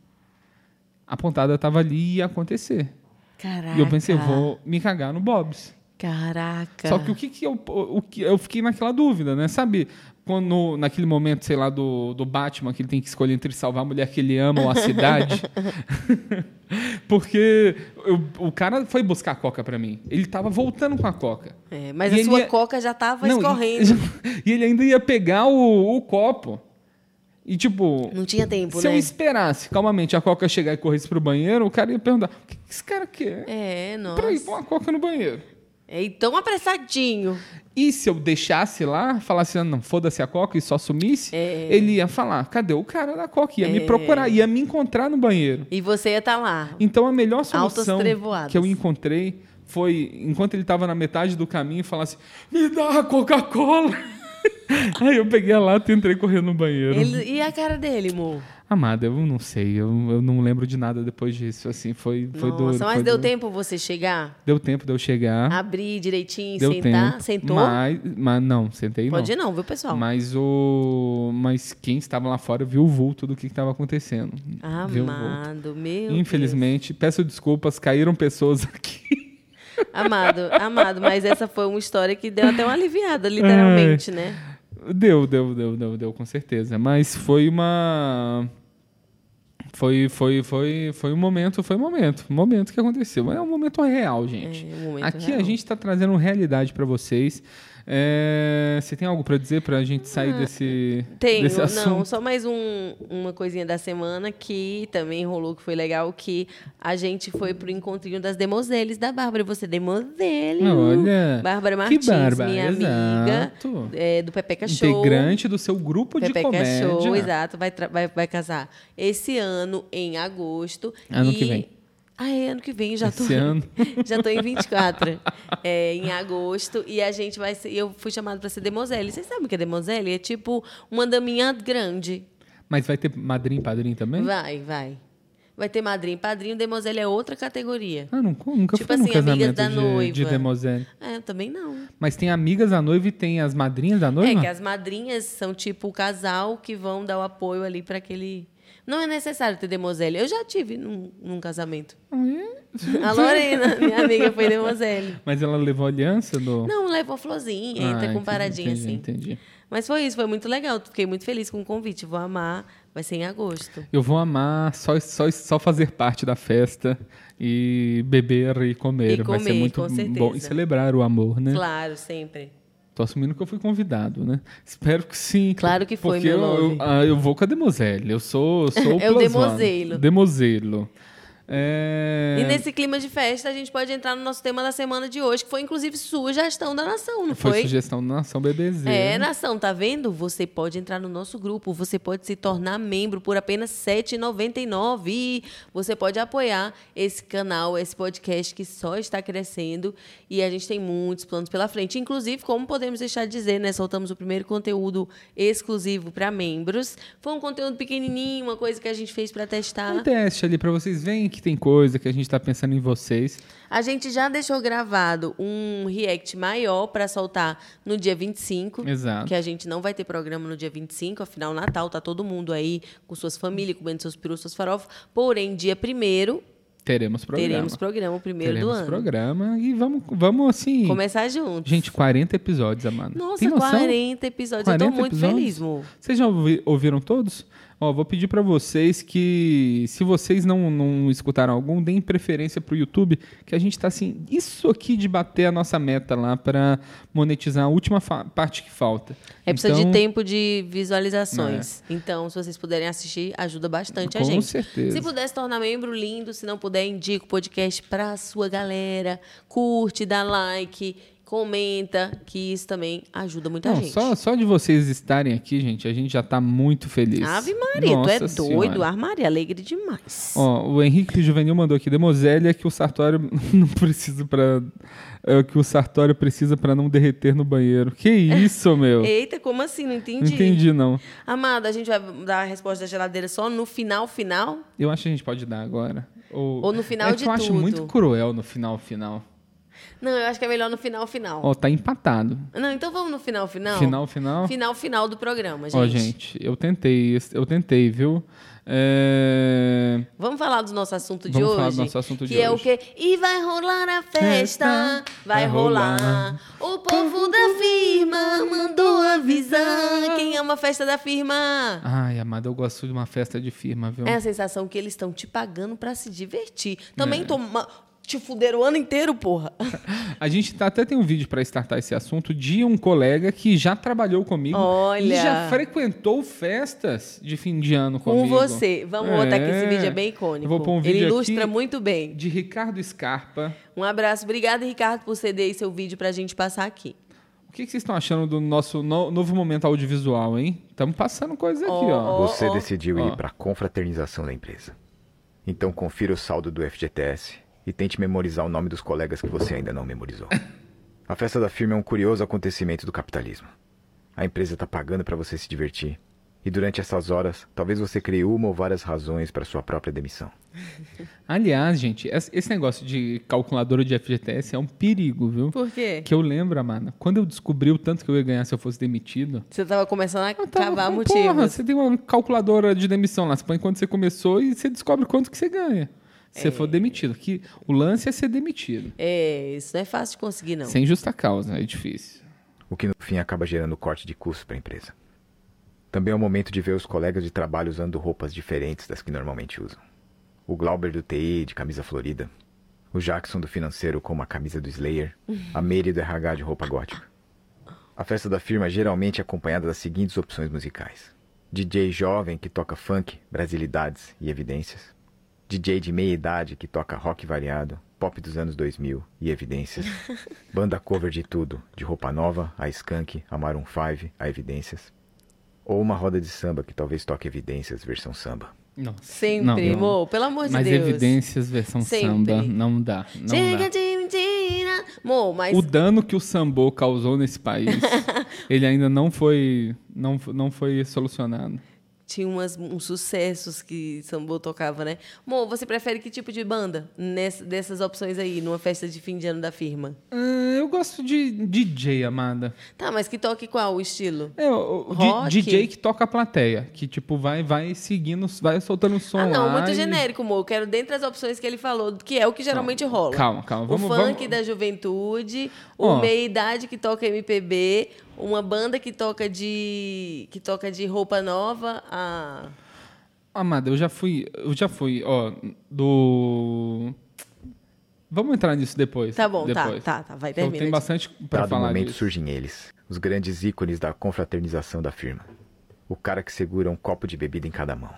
A pontada tava ali e ia acontecer. Caraca. E eu pensei, vou me cagar no Bob's. Caraca. Só que o que, que eu, o que eu fiquei naquela dúvida, né? Sabe, quando naquele momento, sei lá, do, do Batman, que ele tem que escolher entre salvar a mulher que ele ama ou a cidade. Porque eu- o cara foi buscar a coca pra mim. Ele tava voltando com a coca. É, mas E a sua ele- coca já tava Não, e- escorrendo. E, ele ainda ia pegar o, o copo. E tipo. Não tinha tempo, Se eu né? esperasse calmamente a Coca chegar e corresse pro banheiro, o cara ia perguntar: o que, que esse cara quer? É, nossa. pra ir pôr uma Coca no banheiro. É, e tão apressadinho. E se eu deixasse lá, falasse, "Ah, não, foda-se a Coca e só sumisse, É. ele ia falar, cadê o cara da Coca? Ia me procurar, ia me encontrar no banheiro. E você ia estar lá. Então a melhor Altas solução trevoadas. que eu encontrei foi, enquanto ele estava na metade do caminho, falasse, me dá a Coca-Cola. Aí eu peguei a lata e entrei correndo no banheiro. Ele- E a cara dele, amor? Amada, eu não sei, eu, eu não lembro de nada depois disso, assim, foi, foi Nossa, duro. mas foi deu duro. tempo você chegar? Deu tempo de eu chegar, Abrir direitinho, deu sentar? tempo. Sentou? Mas, mas não, sentei não. Pode não, viu, pessoal? Mas o. Mas quem estava lá fora viu o vulto do que estava acontecendo. Viu o vulto. Amado, Ah, meu Infelizmente, peço desculpas, caíram pessoas aqui. Deus. Amado, amado, mas essa foi uma história que deu até uma aliviada, É. literalmente, né? Deu, deu, deu, deu, deu, com certeza. Mas foi uma. Foi, foi, foi, foi um momento, foi um momento, um momento que aconteceu. É um momento real, gente. É, um momento Aqui a real. gente está trazendo realidade para vocês. É, Você tem algo para dizer para a gente sair desse, Ah, Tenho, desse assunto? não, só mais um- uma coisinha da semana que também rolou, que foi legal, que a gente foi pro encontrinho das demoiselles da Bárbara. Você demoiselle. Olha, Bárbara que Martins, Bárbara, minha exato. amiga é, do Pepeca Show. integrante do seu grupo Tipo, de Pepeca comédia. Show, exato, vai, tra- vai, vai casar esse ano, em agosto. Ano e- que vem. Ah, é, ano que vem, já tô. Esse ano. já tô em 24. é, em agosto. E a gente vai ser. Eu fui chamada pra ser Demoselle. Vocês sabem o que é Demoselle? É tipo uma daminha grande. Mas vai ter madrinho e padrinho também? Vai, vai. Vai ter madrinho, padrinho, Demoselle é outra categoria. Ah, nunca, nunca Tipo fui num assim, amigas casamento da de, noiva. de demoiselle. É, eu também não. Mas tem amigas da noiva e tem as madrinhas da noiva? É que as madrinhas são tipo o casal que vão dar o apoio ali pra aquele. Não é necessário ter Demoselle. Eu já tive num- num casamento. Hum? A Lorena, minha amiga, foi demoiselle. Mas ela levou aliança do... Não, levou florzinha, Ah, entra com entendi, paradinha entendi, assim. Entendi. Mas foi isso, foi muito legal. Fiquei muito feliz com o convite. Vou amar, vai ser em agosto. Eu vou amar só, só, só fazer parte da festa e beber e comer. E Vai ser comer, muito com certeza. bom. E celebrar o amor, né? Claro, sempre. Tô assumindo que eu fui convidado, né? Espero que sim. Claro que foi, porque meu eu, love. eu, ah, eu vou com a Demoselle. Eu sou, sou É o plus one. demoseilo. Demoseilo. É... E nesse clima de festa, a gente pode entrar no nosso tema da semana de hoje, que foi inclusive sugestão da nação, não Foi foi? sugestão da Nação BBZ. É, nação, tá vendo? Você pode entrar no nosso grupo, você pode se tornar membro por apenas R$ 7,99. E Você pode apoiar esse canal, esse podcast que só está crescendo e a gente tem muitos planos pela frente. Inclusive, como podemos deixar de dizer, né? Soltamos o primeiro conteúdo exclusivo para membros. Foi um conteúdo pequenininho, uma coisa que a gente fez para Um testar. teste ali pra vocês verem que tem coisa que a gente tá pensando em vocês. A gente já deixou gravado um react maior para soltar no dia 25. Exato. Que a gente não vai ter programa no dia 25, afinal, Natal, tá todo mundo aí com suas famílias, comendo seus perus, suas farofas. Porém, dia 1 Teremos programa. Teremos programa o primeiro Teremos do ano. programa e vamos, vamos assim. Começar juntos. Gente, 40 episódios, Amanda. Tem Nossa, noção? 40 episódios. Eu 40 tô muito episódios? feliz, Mu. Vocês já ouvi- ouviram todos? Ó, vou pedir pra vocês que, se vocês não, não escutaram algum, deem preferência pro YouTube, que a gente tá assim, isso aqui de bater a nossa meta lá pra monetizar a última fa- parte que falta. É preciso Então, né? de tempo de visualizações. Então, se vocês puderem assistir, ajuda bastante a Com né, gente. certeza. Se puder se tornar membro, lindo. Se não puder, indica o podcast pra sua galera. Curte, dá like, comenta, que isso também ajuda muita Não, gente. só, só de vocês estarem aqui, gente, a gente já tá muito feliz. Ave Maria, tu é Nossa doido. Senhora. Armaria, alegre demais. Ó, o Henrique Juvenil mandou aqui, Demosélia, é que o Sartório não precisa para que o Sartório precisa pra não derreter no banheiro. Que isso, meu? Eita, como assim? Não entendi. Não entendi, não. Amada, a gente vai dar a resposta da geladeira só no final, final? Eu acho que a gente pode dar agora. Ou, Ou no final é que de eu acho tudo. muito cruel no final, final. Não, eu acho que é melhor no final, final. Ó, tá empatado. Não, então vamos no final, final? Final, final. Final, final do programa, gente. Ó, gente, eu tentei, eu tentei, viu? É... Vamos falar do nosso assunto de Vamos hoje? falar do nosso assunto de que é o hoje. quê? E vai rolar a festa, Festa, vai vai rolar. rolar. O povo da firma mandou avisar. Quem ama a festa da firma? Ai, amada, eu gosto de uma festa de firma, viu? É a sensação que eles estão te pagando pra se divertir. É. Também toma- te fuderam o ano inteiro, porra. A gente tá- até tem um vídeo pra startar esse assunto de um colega que já trabalhou comigo Olha. e já frequentou festas de fim de ano Com comigo. você. Vamos botar que esse É. vídeo é bem icônico. Eu vou pôr um Ele vídeo ilustra aqui muito bem. de Ricardo Scarpa. Um abraço. Obrigada, Ricardo, por ceder esse seu vídeo pra gente passar aqui. O que que vocês estão achando do nosso no- novo momento audiovisual, hein? Estamos passando coisa aqui, Ó, ó. Você ó. decidiu Ó. ir para a confraternização da empresa. Então confira o saldo do FGTS e tente memorizar o nome dos colegas que você ainda não memorizou. A festa da firma é um curioso acontecimento do capitalismo. A empresa está pagando para você se divertir. E durante essas horas, talvez você crie uma ou várias razões para sua própria demissão. Aliás, gente, es- esse negócio de calculadora de FGTS é um perigo, viu? Por quê? Que eu lembro, Amanda, quando eu descobri o tanto que eu ia ganhar se eu fosse demitido, Você tava começando a Eu tava cavar com, motivos. Ah, tá. Porra, você tem uma calculadora de demissão lá. Você põe quando você começou e você descobre quanto que você ganha. Se você for demitido. Que o lance é ser demitido. É, isso não é fácil de conseguir, não. Sem justa causa, é difícil. o que no fim acaba gerando corte de custos para a empresa. Também é o momento de ver os colegas de trabalho usando roupas diferentes das que normalmente usam. O Glauber do TI de camisa florida, o Jackson do financeiro com uma camisa do Slayer, a Mary do RH de roupa gótica. A festa da firma geralmente é acompanhada das seguintes opções musicais: DJ jovem que toca funk, brasilidades e evidências, DJ de meia idade que toca rock variado, pop dos anos 2000 e evidências. Banda cover de tudo, de roupa nova, a Skank, a Maroon 5, a evidências. Ou uma roda de samba que talvez toque evidências versão samba. Nossa. Sempre, não, não. amor. Pelo amor de Mas Deus. evidências versão Sempre. samba não dá. Não Chega dá. de mentira. Amor, mas O dano que o sambô causou nesse país, ele ainda não foi, não, fo- não foi solucionado. tinha umas, uns sucessos que Sambo tocava, né? Amor, você prefere que tipo de banda nessa, dessas opções aí, numa festa de fim de ano da firma? Hum, eu gosto de DJ, Amada. Tá, mas que toque qual o estilo? É, o, o di- Rock? DJ que toca a plateia, que tipo vai vai seguindo, vai soltando o som ah, não, lá muito e- genérico, amor. Eu quero dentre as opções que ele falou, que é o que geralmente rola. calma, calma. o Vamos- funk vamos- da juventude, o Ó. meia-idade que toca MPB, uma banda que toca de que toca de roupa nova, a Amada, eu já fui, eu já fui, ó, do Vamos entrar nisso depois. Tá bom, tá, depois. tá, tá, vai, Então termina, tem bastante para Dado falar momento disso. surgem eles, os grandes ícones da confraternização da firma. O cara que segura um copo de bebida em cada mão.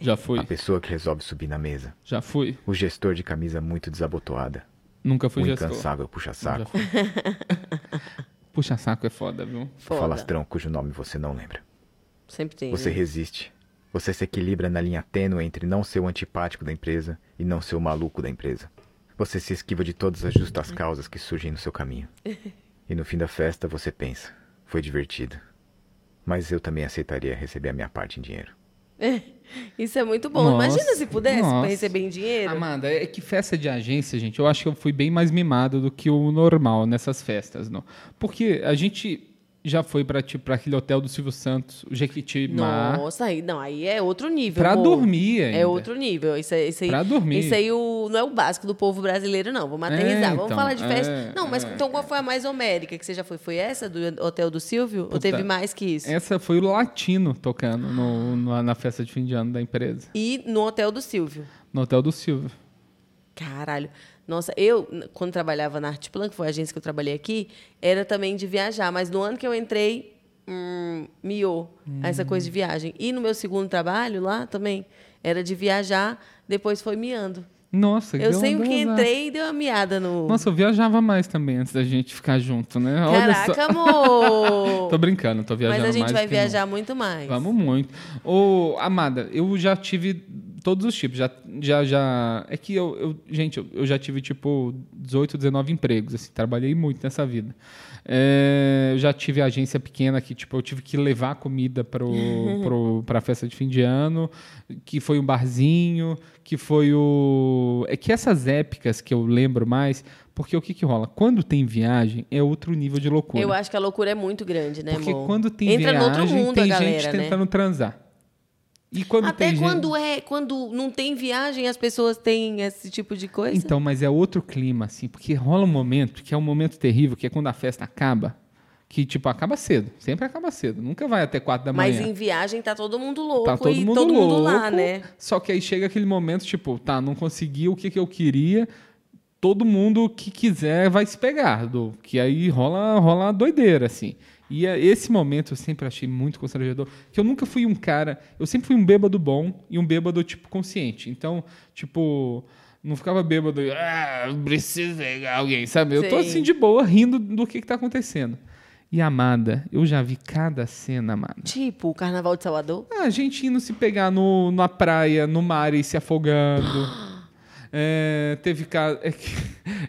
Já fui, A pessoa que resolve subir na mesa. já fui, O gestor de camisa muito desabotoada. nunca fui o gestor. incansável Já puxa-saco. fui. Puxa saco é foda, viu? O foda. falastrão cujo nome você não lembra. Sempre tem. Você né? resiste. Você se equilibra na linha tênue entre não ser o antipático da empresa e não ser o maluco da empresa. Você se esquiva de todas as justas causas que surgem no seu caminho. E no fim da festa você pensa: foi divertido. Mas eu também aceitaria receber a minha parte em dinheiro. Isso é muito bom. Nossa, Imagina se pudesse pra nossa. receber em dinheiro. Amanda, é que festa de agência, gente, eu acho que eu fui bem mais mimado do que o normal nessas festas, não. Porque a gente já foi pra tipo, pra aquele hotel do Silvio Santos, o Jequitimá, Nossa, aí não, aí é outro nível. pra amor. dormir ainda. É outro nível. Isso, aí- isso aí, Pra dormir. Isso aí o não é o básico do povo brasileiro, não. Vamos É, aterrizar. Vamos então, falar de festa. é, não, mas é. então qual foi a mais homérica que você já foi? Foi essa do Hotel do Silvio? Ou Puta, É. teve mais que isso? Essa foi o latino tocando no- na- na festa de fim de ano da empresa. E no Hotel do Silvio. No Hotel do Silvio. Caralho. Nossa, eu, n- quando trabalhava na Arte Plan, que foi a agência que eu trabalhei aqui, era também de viajar. Mas no ano que eu entrei, hum, miou essa coisa de Hum. viagem. E no meu segundo trabalho lá também, era de viajar, depois foi miando. Nossa, Eu deu- sempre deu que azar. entrei, deu uma miada no. Nossa, eu viajava mais também antes da gente ficar junto, né? Olha só. Caraca, amor! Tô brincando, tô viajando Mas mais. a gente vai do que nunca. viajar muito mais. Vamos muito. Ô, Amada, eu já tive todos os tipos. Já, já, já... É que eu, eu- gente, eu, eu já tive, tipo, 18, 19 empregos. Assim, trabalhei muito nessa vida. É, eu já tive agência pequena que, tipo, eu tive que levar comida pro, pro, pra festa de fim de ano, que foi um barzinho, que foi o... É que essas épicas que eu lembro mais... Porque o que que rola? Quando tem viagem, é outro nível de loucura. Eu acho que a loucura é muito grande, né, Porque amor? quando tem Entra no viagem, outro mundo tem a galera, gente né? tentando transar. E quando Até tem quando gente... é, quando não tem viagem, as pessoas têm esse tipo de coisa. Então, mas é outro clima, assim, porque rola um momento que é um momento terrível, que é quando a festa acaba, que, tipo, acaba cedo. Sempre acaba cedo. Nunca vai até quatro da Mas manhã. em viagem tá todo mundo louco Tá todo e mundo todo louco. mundo lá, né? Só que aí chega aquele momento, tipo, tá, não consegui o que, que eu queria. Todo mundo que quiser vai se pegar, do, que aí rola, rola uma doideira, assim. E é- esse momento eu sempre achei muito constrangedor, que eu nunca fui um cara, eu sempre fui um bêbado bom e um bêbado, tipo, consciente. Então, tipo, não ficava bêbado, e, ah, preciso pegar alguém, sabe? Eu tô Sim. assim de boa, rindo do que, que tá acontecendo. E Amada, eu já vi cada cena, Amada. Tipo, o Carnaval de Salvador. Ah, A gente indo se pegar no, na praia, no mar e se afogando. É, teve caso. É que,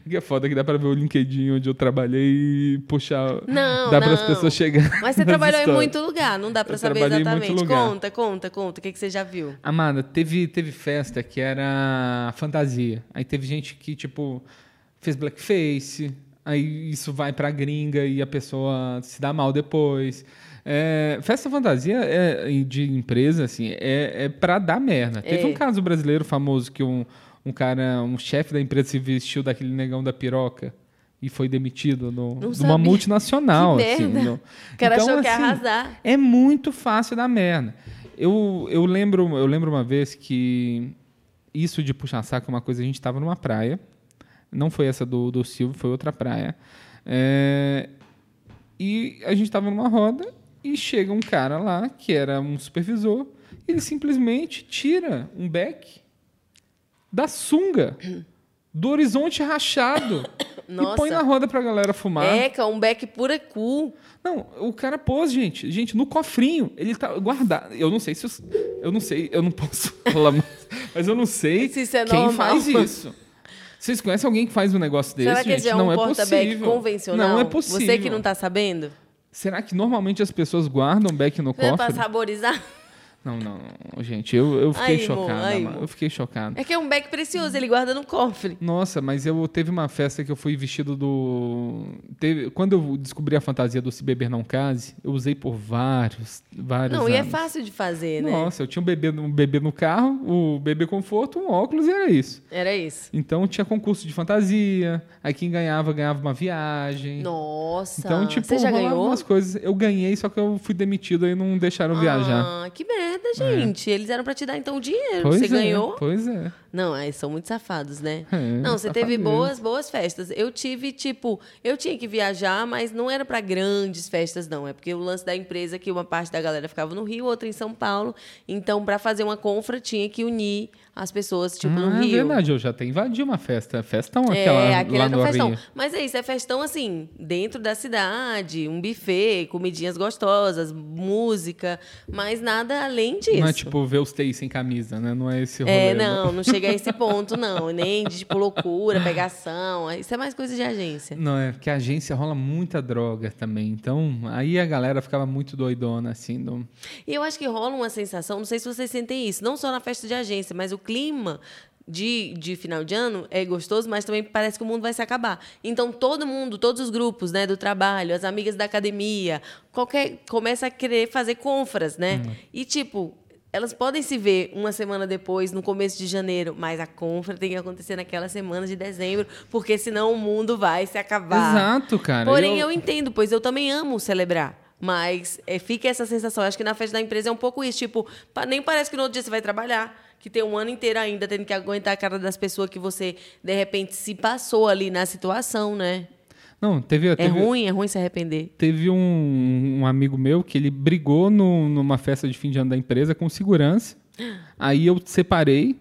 que é foda que dá pra ver o LinkedIn onde eu trabalhei e puxar. Não, dá para as não. pessoas chegarem. Mas você nas trabalhou em histórias. muito lugar, não dá pra Eu saber trabalhei em muito exatamente. lugar. Então, Conta, conta, conta. O que, que você já viu? Amada, teve, teve festa que era fantasia. Aí teve gente que, tipo, fez blackface. Aí isso vai pra gringa e a pessoa se dá mal depois. É, festa fantasia é, e de empresa, assim, é, é pra dar merda. Teve É. um caso brasileiro famoso que um, um cara, um chefe da empresa se vestiu daquele negão da piroca e foi demitido no, numa sabia. multinacional. Que assim, merda. no- O cara achou que ia assim, arrasar. é muito fácil dar merda. Eu, eu, lembro, eu lembro uma vez que isso de puxar saco é uma coisa. A gente estava numa praia. Não foi essa do, do Silvio, foi outra praia. É, e a gente estava numa roda e chega um cara lá, que era um supervisor, e ele simplesmente tira um beck da sunga, do horizonte rachado, e Nossa. põe na roda pra galera fumar. Eca, um beck pura cu. Não, o cara pôs, gente. Gente, no cofrinho. Ele tá guardado. Eu não sei se... Os, eu não sei. Eu não posso falar mais. Mas eu não sei Se isso é quem normal. faz isso. Vocês conhecem alguém que faz um negócio desse, Será que gente? esse é não um é porta-beck possível. convencional? Não é possível. Você que não tá sabendo? Será que normalmente as pessoas guardam beck no Não é cofre? pra saborizar? Não, não, não. Gente, eu, eu fiquei Aí, mo, chocado. aí, mano. mo. Eu fiquei chocado. É que é um beck precioso, ele guarda no cofre. Nossa, mas eu teve uma festa que eu fui vestido do. teve- Quando eu descobri a fantasia do Se Beber Não Case, eu usei por vários, vários Não, anos. e é fácil de fazer, né? Nossa, eu tinha um bebê, um bebê no carro, o bebê conforto, um óculos e era isso. Era isso. Então tinha concurso de fantasia, aí quem ganhava, ganhava uma viagem. Nossa. Então, tipo, você já rolava ganhou? umas coisas. Eu ganhei, só que eu fui demitido aí não deixaram eu viajar. É. Ah, que merda, gente. Eles eram pra te dar então o dinheiro. Pois você é, ganhou? Pois é. Não, aí são muito safados, né? É, não, você teve safadeza. boas, boas festas. Eu tive, tipo, eu tinha que viajar, mas não era pra grandes festas, não. É porque o lance da empresa é que uma parte da galera ficava no Rio, outra em São Paulo. Então, pra fazer uma confra, tinha que unir as pessoas, tipo, Ah, no Rio. É verdade, eu já até invadi uma festa. Festão É, aquela aquele lá era no festão. Rio. Mas é isso, é festão assim, dentro da cidade, um buffet, comidinhas gostosas, música, mas nada além disso. Não é tipo ver os teis sem camisa, né? Não é esse rolê. É, não, não chega a esse ponto, não. Nem de tipo loucura, pegação. Isso é mais coisa de agência. Não, é porque a agência rola muita droga também. Então, aí a galera ficava muito doidona, assim. do- E eu acho que rola uma sensação, não sei se vocês sentem isso, não só na festa de agência, mas o clima de, de final de ano é gostoso, mas também parece que o mundo vai se acabar. Então todo mundo, todos os grupos, né, do trabalho, as Hum. amigas da academia, qualquer começa a querer fazer confras, né? E tipo, Elas podem se ver uma semana depois, no começo de janeiro, mas a confra tem que acontecer naquela semana de dezembro, porque senão o mundo vai se acabar. Exato, cara. Porém, Eu- eu... entendo, pois eu também amo celebrar. Mas é, fica essa sensação. Eu Acho que na festa da empresa é um pouco isso. Tipo, pa- nem parece que no outro dia você vai trabalhar, que tem um ano inteiro ainda tendo que aguentar a cara das pessoas que você, de repente, se passou ali na situação, né? Não, teve, É teve, ruim, é ruim se arrepender. teve um, um amigo meu que ele brigou no- numa festa de fim de ano da empresa com segurança. Aí eu separei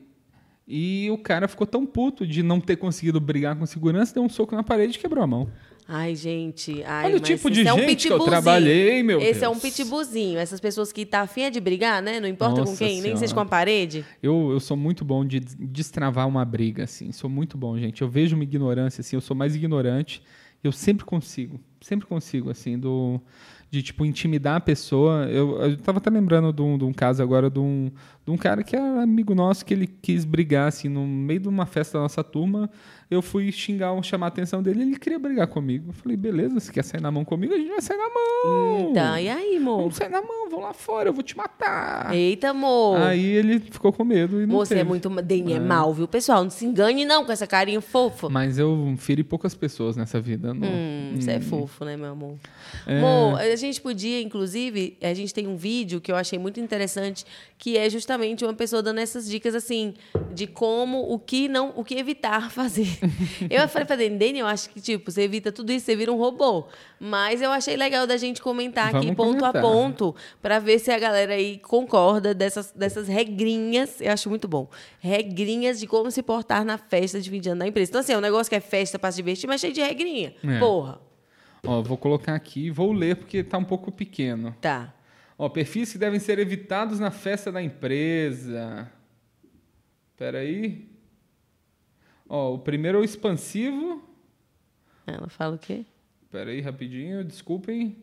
e o cara ficou tão puto de não ter conseguido brigar com segurança, deu um soco na parede e quebrou a mão. Ai, gente. Ai, Olha o mas tipo de esse é um gente que eu pitbullzinho. trabalhei, meu Esse é um Deus. pitbullzinho. Essas pessoas que tá afim é de brigar, né? Não importa com Nossa quem, nem Senhora. seja com a parede. Eu, eu sou muito bom de des- destravar uma briga, assim. Sou muito bom, gente. Eu vejo uma ignorância, assim. Eu sou mais ignorante. Eu sempre consigo. Sempre consigo, assim, do, de, tipo, intimidar a pessoa. Eu, eu tava até lembrando de um, de um caso agora de um, de um cara que era amigo nosso, que ele quis brigar, assim, no meio de uma festa da nossa turma. Eu fui xingar, um, chamar a atenção dele. Ele queria brigar comigo. Eu falei, beleza, você quer sair na mão comigo? A gente vai sair na mão! Então, e aí, amor? Vamos sair na mão, vamos lá fora, eu vou te matar! Eita, amor. Aí ele ficou com medo e não Moça, é teve. muito. Dengue é. mal, viu, pessoal? Não se engane, não, com essa carinha fofa. Mas eu feri poucas pessoas nessa vida. Não. Hum, Você é fofo, né, meu amor? É. Amor, a gente podia, inclusive, a gente tem um vídeo que eu achei muito interessante, que é justamente uma pessoa dando essas dicas assim de como, o que não, o que evitar fazer. eu falei pra Dendene, eu acho que, tipo, você evita tudo isso, você vira um robô. Mas eu achei legal da gente comentar aqui Vamos ponto a comentar. ponto pra ver se a galera aí concorda dessas, dessas regrinhas. Eu acho muito bom. Regrinhas de como se portar na festa de fim de ano da empresa. Então, assim, é um negócio que é festa pra se divertir, mas cheio de regrinha. É. Porra. Ó, vou colocar aqui e vou ler porque tá um pouco pequeno. Tá. Ó, perfis que devem ser evitados na festa da empresa. Peraí. Ó, o primeiro é o expansivo. Ela fala o quê? Peraí, rapidinho, desculpem.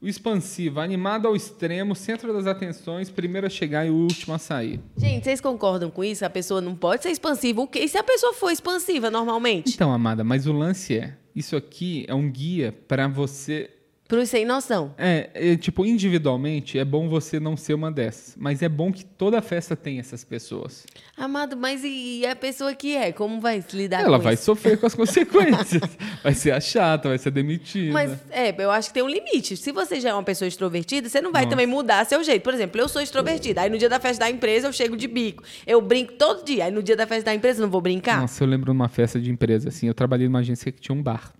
O expansivo, animado ao extremo, centro das atenções, primeiro a chegar e o último a sair. Gente, vocês concordam com isso? A pessoa não pode ser expansiva. O quê? E se a pessoa for expansiva normalmente? Então, amada, mas o lance é, isso aqui é um guia para você Pro sem noção. É, é, tipo, individualmente é bom você não ser uma dessas, mas é bom que toda festa tem essas pessoas. Amado, mas e, e a pessoa que é? Como vai se lidar Ela com vai isso? sofrer com as consequências. Vai ser a chata, vai ser demitida. Mas, é, eu acho que tem um limite. Se você já é uma pessoa extrovertida, você não vai Nossa. também mudar seu jeito. Por exemplo, eu sou extrovertida. Aí no dia da festa da empresa eu chego de bico. Eu brinco todo dia. Aí no dia da festa da empresa eu não vou brincar? Nossa, eu lembro numa festa de empresa, assim, eu trabalhei numa agência que tinha um bar.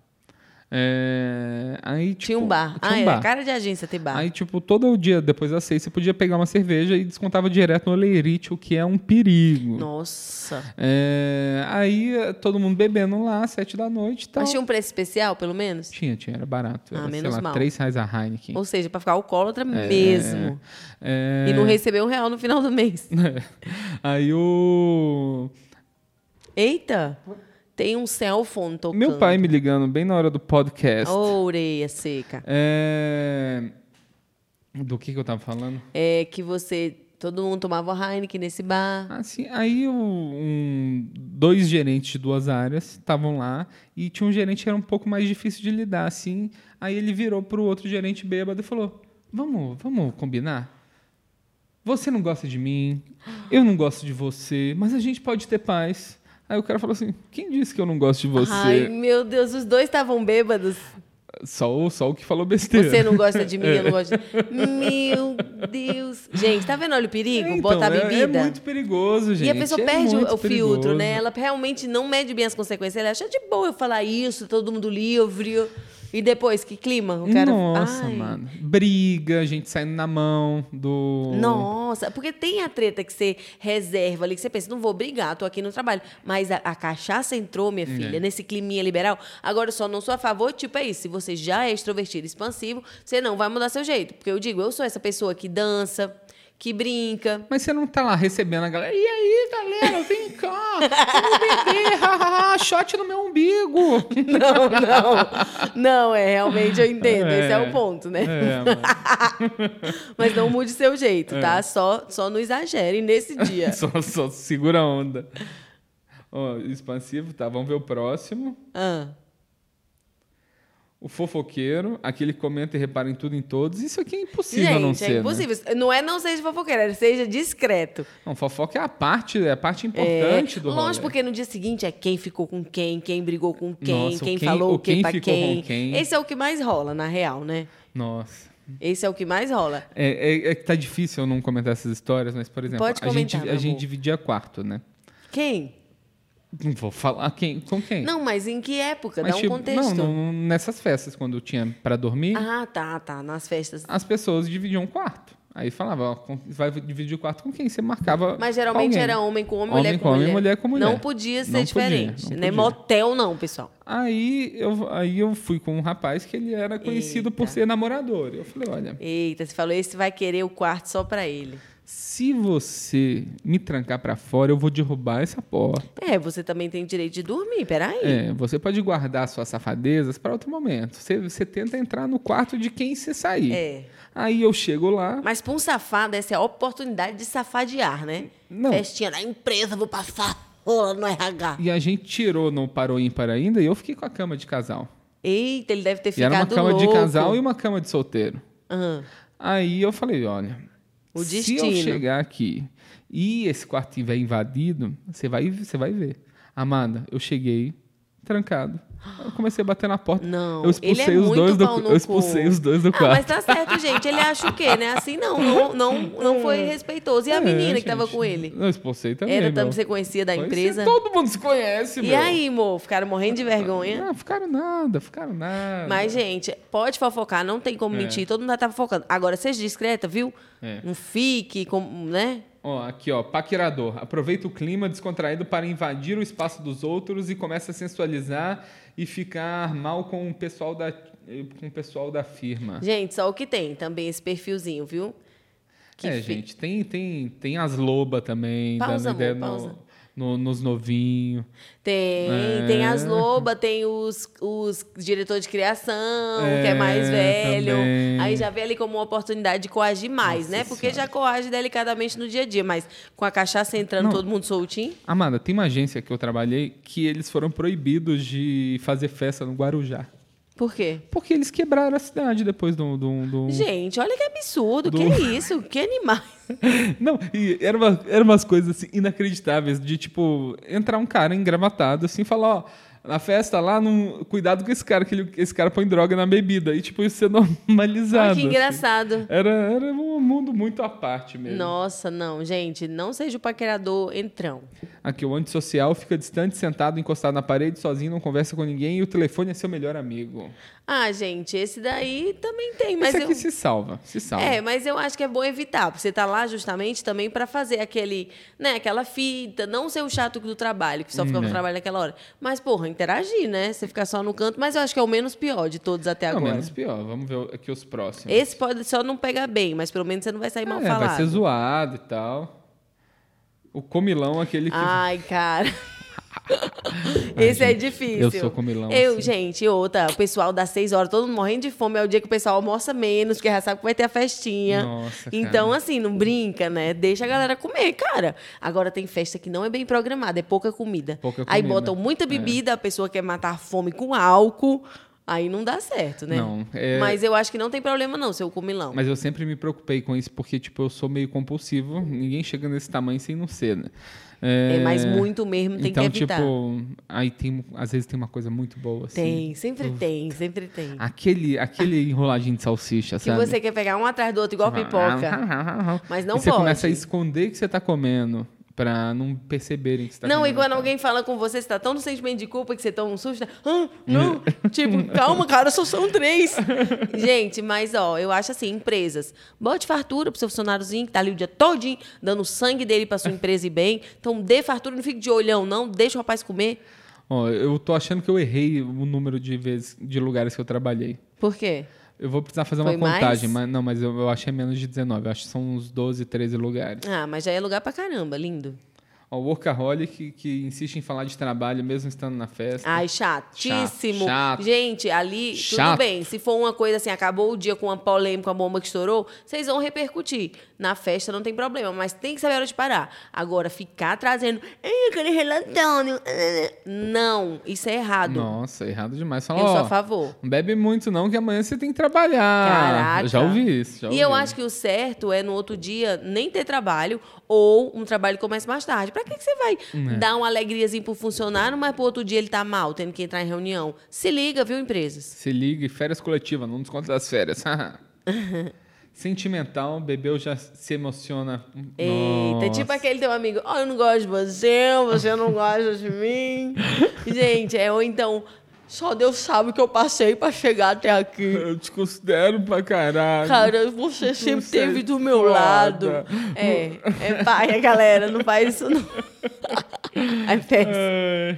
É, aí, tipo, tinha um bar. Tinha ah, um é. bar. Cara de agência ter bar. Aí, tipo, todo dia depois das seis, você podia pegar uma cerveja e descontava direto no Oleirite, o que é um perigo. Nossa. É, aí, todo mundo bebendo lá, sete da noite e tal. Mas tinha um preço especial, pelo menos? Tinha, tinha, era barato. Ah, Era, sei menos lá, mal. 3 reais a Heineken. Ou seja, pra ficar alcoólatra mesmo. É, E não receber um real no final do mês. Aí o. Eita! Tem um cell phone tocando. Meu pai me ligando bem na hora do podcast. Ô, orelha seca. É, Do que, que eu tava falando? É que você... Todo mundo tomava Heineken nesse bar. Assim, aí o- um, dois gerentes de duas áreas estavam lá e tinha um gerente que era um pouco mais difícil de lidar, assim. Aí ele virou pro outro gerente bêbado e falou: Vamos, vamos combinar? Você não gosta de mim, eu não gosto de você, mas a gente pode ter paz. Aí o cara falou assim: Quem disse que eu não gosto de você? Ai, meu Deus, os dois estavam bêbados. Só, o- só o que falou besteira. Você não gosta de mim, É. eu não gosto de... Meu Deus. Gente, tá vendo? Olha o perigo, Então, botar é- bebida. É, muito perigoso, gente. E a pessoa é perde o- muito o filtro, perigoso. né? Ela realmente não mede bem as consequências. Ela acha de boa eu falar isso, todo mundo livre. E depois, que clima? O cara... Nossa, Ai. mano. Briga, gente saindo na mão do. Nossa, é porque tem a treta que você reserva ali, que você pensa, não vou brigar, tô aqui no trabalho. Mas a, a cachaça entrou, É. minha filha, nesse climinha liberal. Agora, eu só não sou a favor, tipo, é isso. Se você já é extrovertido, expansivo, você não vai mudar seu jeito. Porque eu digo, eu sou essa pessoa que dança, que brinca. Mas você não tá lá recebendo a galera. E aí, galera, vem cá! Vamos beber! hahaha, Shot no meu umbigo! Não, não. Não, é, realmente eu entendo. Esse é o ponto, né? É, mano. Mas não mude seu jeito, É. tá? Só, só não exagere nesse dia. só, só segura a onda. Ó, expansivo, tá? Vamos ver o próximo. Ah. o fofoqueiro, aquele que comenta e repara em tudo e em todos. Isso aqui é impossível Gente, não ser. é né? impossível. Não é não seja fofoqueiro, é seja discreto. Não, fofoca é a parte, é a parte É, importante do rolê. longe, porque no dia seguinte é quem ficou com quem, quem brigou com quem, Nossa, o quem, quem- falou o o que quem pra ficou quem. com quem. Esse é o que mais rola, na real, né? Nossa. Esse é o que mais rola. É, é- é que tá difícil eu não comentar essas histórias, mas, por exemplo, Pode a, gente, comentar, a meu gente amor. dividia quarto, né? Quem? Não vou falar quem, com quem. Não, mas em que época? mas, Dá um tipo, contexto. Não, não, nessas festas, quando eu tinha pra dormir, Ah, tá, tá. Nas festas. as pessoas dividiam quarto. Aí falava, ó, com- vai dividir o quarto com quem? Você marcava. Mas com geralmente alguém. era homem com homem, Homem mulher com, com homem, mulher. mulher com mulher. Não podia ser Não podia, diferente, né? não podia. Motel não, pessoal. Aí eu, aí eu fui com um rapaz que ele era conhecido por ser namorador. Eu falei, olha, Eita, você falou, esse vai querer o quarto só pra ele. se você me trancar pra fora, eu vou derrubar essa porta. É, você também tem direito de dormir, peraí. É, você pode guardar suas safadezas para outro momento. Você, você tenta entrar no quarto de quem você sair. É. Aí eu chego lá. Mas pra um safado, essa é a oportunidade de safadear, né? Não. Festinha da empresa, vou passar rola no RH. E a gente tirou no parou ímpar ainda e eu fiquei com a cama de casal. Eita, ele deve ter e era ficado uma cama louco. de casal e um uma cama de solteiro. Aham. Aí eu falei, olha, O se destino. eu chegar aqui e esse quarto tiver invadido, você vai, você vai ver. Amanda, eu cheguei trancado. Eu comecei a bater na porta. Não, ele eu expulsei é os muito dois do, pau no eu expulsei cu. os dois do Ah, mas quarto. tá certo, gente. Ele acha o quê, né? Assim não, não, não, não foi respeitoso. E a É, menina que gente, tava com ele? Eu expulsei também. Era meu. também, você conhecia da Pois é, empresa? Todo mundo se conhece, E meu. aí, amor, ficaram morrendo de vergonha? Ah, ficaram nada, ficaram nada. Mas, gente, pode fofocar, não tem como É. mentir, todo mundo já tá fofocando. Agora, seja discreta, viu? É. Não fique, com, né? Ó, aqui, ó, paquerador. Aproveita o clima descontraído para invadir o espaço dos outros e começa a sensualizar e ficar mal com o pessoal da, com o pessoal da firma. Gente, só o que tem também esse perfilzinho, viu? Que é, fi- gente, tem, tem, tem as loba também, Pausa, dando ideia amor, no- pausa. no- nos novinhos. Tem, É. tem as lobas, tem os, os diretores de criação, que é É, mais velho. também. Aí já vê ali como uma oportunidade de coagir mais, Nossa né? Porque já Senhora. coage delicadamente no dia a dia, mas com a cachaça entrando, Não. todo mundo soltinho. Amada, tem uma agência que eu trabalhei que eles foram proibidos de fazer festa no Guarujá. Por quê? Porque eles quebraram a cidade depois um, do. do, do... Gente, olha que absurdo, Do- que isso, que animal. Não, e eram uma, era umas coisas assim, inacreditáveis, de tipo, entrar um cara engravatado assim e falar, ó, na festa lá, não, cuidado com esse cara, que ele- esse cara põe droga na bebida. E tipo, isso é normalizado. Olha que assim. engraçado. Era, era um mundo muito à parte mesmo. Nossa, não, gente, não seja o paquerador entrão. Aqui, o antissocial fica distante, sentado, encostado na parede, sozinho, não conversa com ninguém e o telefone é seu melhor amigo. Ah, gente, esse daí também tem, mas Mas esse eu... aqui se salva, se salva. É, mas eu acho que é bom evitar, porque você tá lá justamente também para fazer aquele, né, aquela fita, não ser o chato do trabalho, que só fica no é. trabalho naquela hora. Mas, porra, interagir, né? Você ficar só no canto, mas eu acho que é o menos pior de todos até Não, agora. É menos pior. Vamos ver o- aqui os próximos. Esse pode só não pegar bem, mas pelo menos você não vai sair mal é, falado. vai ser zoado e tal. O comilão, é aquele que Ai, cara. Esse é difícil. eu sou comilão, Eu, assim. gente, outra. O pessoal das seis horas, todo mundo morrendo de fome. É o dia que o pessoal almoça menos, porque já sabe que vai ter a festinha. Nossa, cara. então, assim, não brinca, né? Deixa a galera comer, cara. Agora tem festa que não é bem programada, é pouca comida. Pouca Aí comida. É. botam muita bebida, a pessoa quer matar a fome com álcool. Aí não dá certo, né? Não, é- Mas eu acho que não tem problema, não, seu comilão. Mas eu sempre me preocupei com isso, porque, tipo, eu sou meio compulsivo. Ninguém chega nesse tamanho sem não ser, né? É, mas muito mesmo tem então, que evitar. tipo, aí tem, às vezes tem uma coisa muito boa, assim. tem, sempre tem, sempre tem. Aquele, aquele enroladinho de salsicha, Que sabe? "Ah, você quer pegar um atrás do outro, igual pipoca. Mas não e você pode. começa a esconder que você tá comendo, pra não perceberem que você tá não, e comendo. quando alguém fala com você, você tá tão no sentimento de culpa que você toma um susto. Ah, não, tipo, calma, cara, só são três. Gente, mas ó, eu acho assim, empresas, bote fartura pro seu funcionáriozinho que tá ali o dia todinho, dando o sangue dele pra sua empresa e bem. Então dê fartura, não fique de olhão, não, deixa o rapaz comer. Ó, eu tô achando que eu errei o número de vezes, de lugares que eu trabalhei. Por quê? Eu vou precisar fazer Foi uma contagem, mais? mas não, mas eu, eu achei menos de 19. Eu acho que são uns 12, 13 lugares. Ah, mas já é lugar pra caramba, lindo. ao workaholic que insiste em falar de trabalho mesmo estando na festa. Ai, chatíssimo. Chato, chato. Gente, ali, tudo Chato. bem. Se for uma coisa assim, acabou o dia com uma polêmica, uma bomba que estourou, vocês vão repercutir. Na festa não tem problema, mas tem que saber a hora de parar. Agora, ficar trazendo. "Ai, aquele relatando. Não, isso é errado. Nossa, errado demais. Fala, Eu sou ó, a favor. Não bebe muito não, que amanhã você tem que trabalhar. Caraca. Eu Ah, já ouvi isso. já e eu ouvi. acho que o certo é no outro dia nem ter trabalho ou um trabalho que comece mais tarde. Pra que, que você vai Hum, é. dar uma alegriazinha pro funcionário, mas pro outro dia ele tá mal, tendo que entrar em reunião? Se liga, viu, empresas? Se liga, e férias coletivas, não desconto das férias. Sentimental, bebeu já se emociona. Eita, Nossa. tipo aquele teu amigo, ó, eu não gosto de você, você não gosta de mim. Gente, é, ou então, só Deus sabe o que eu passei pra chegar até aqui. Eu te considero pra caralho. Cara, você sempre Você é esteve do meu foda. lado. É, é paia, galera, não faz isso não. Ai, péssimo. Ai. É.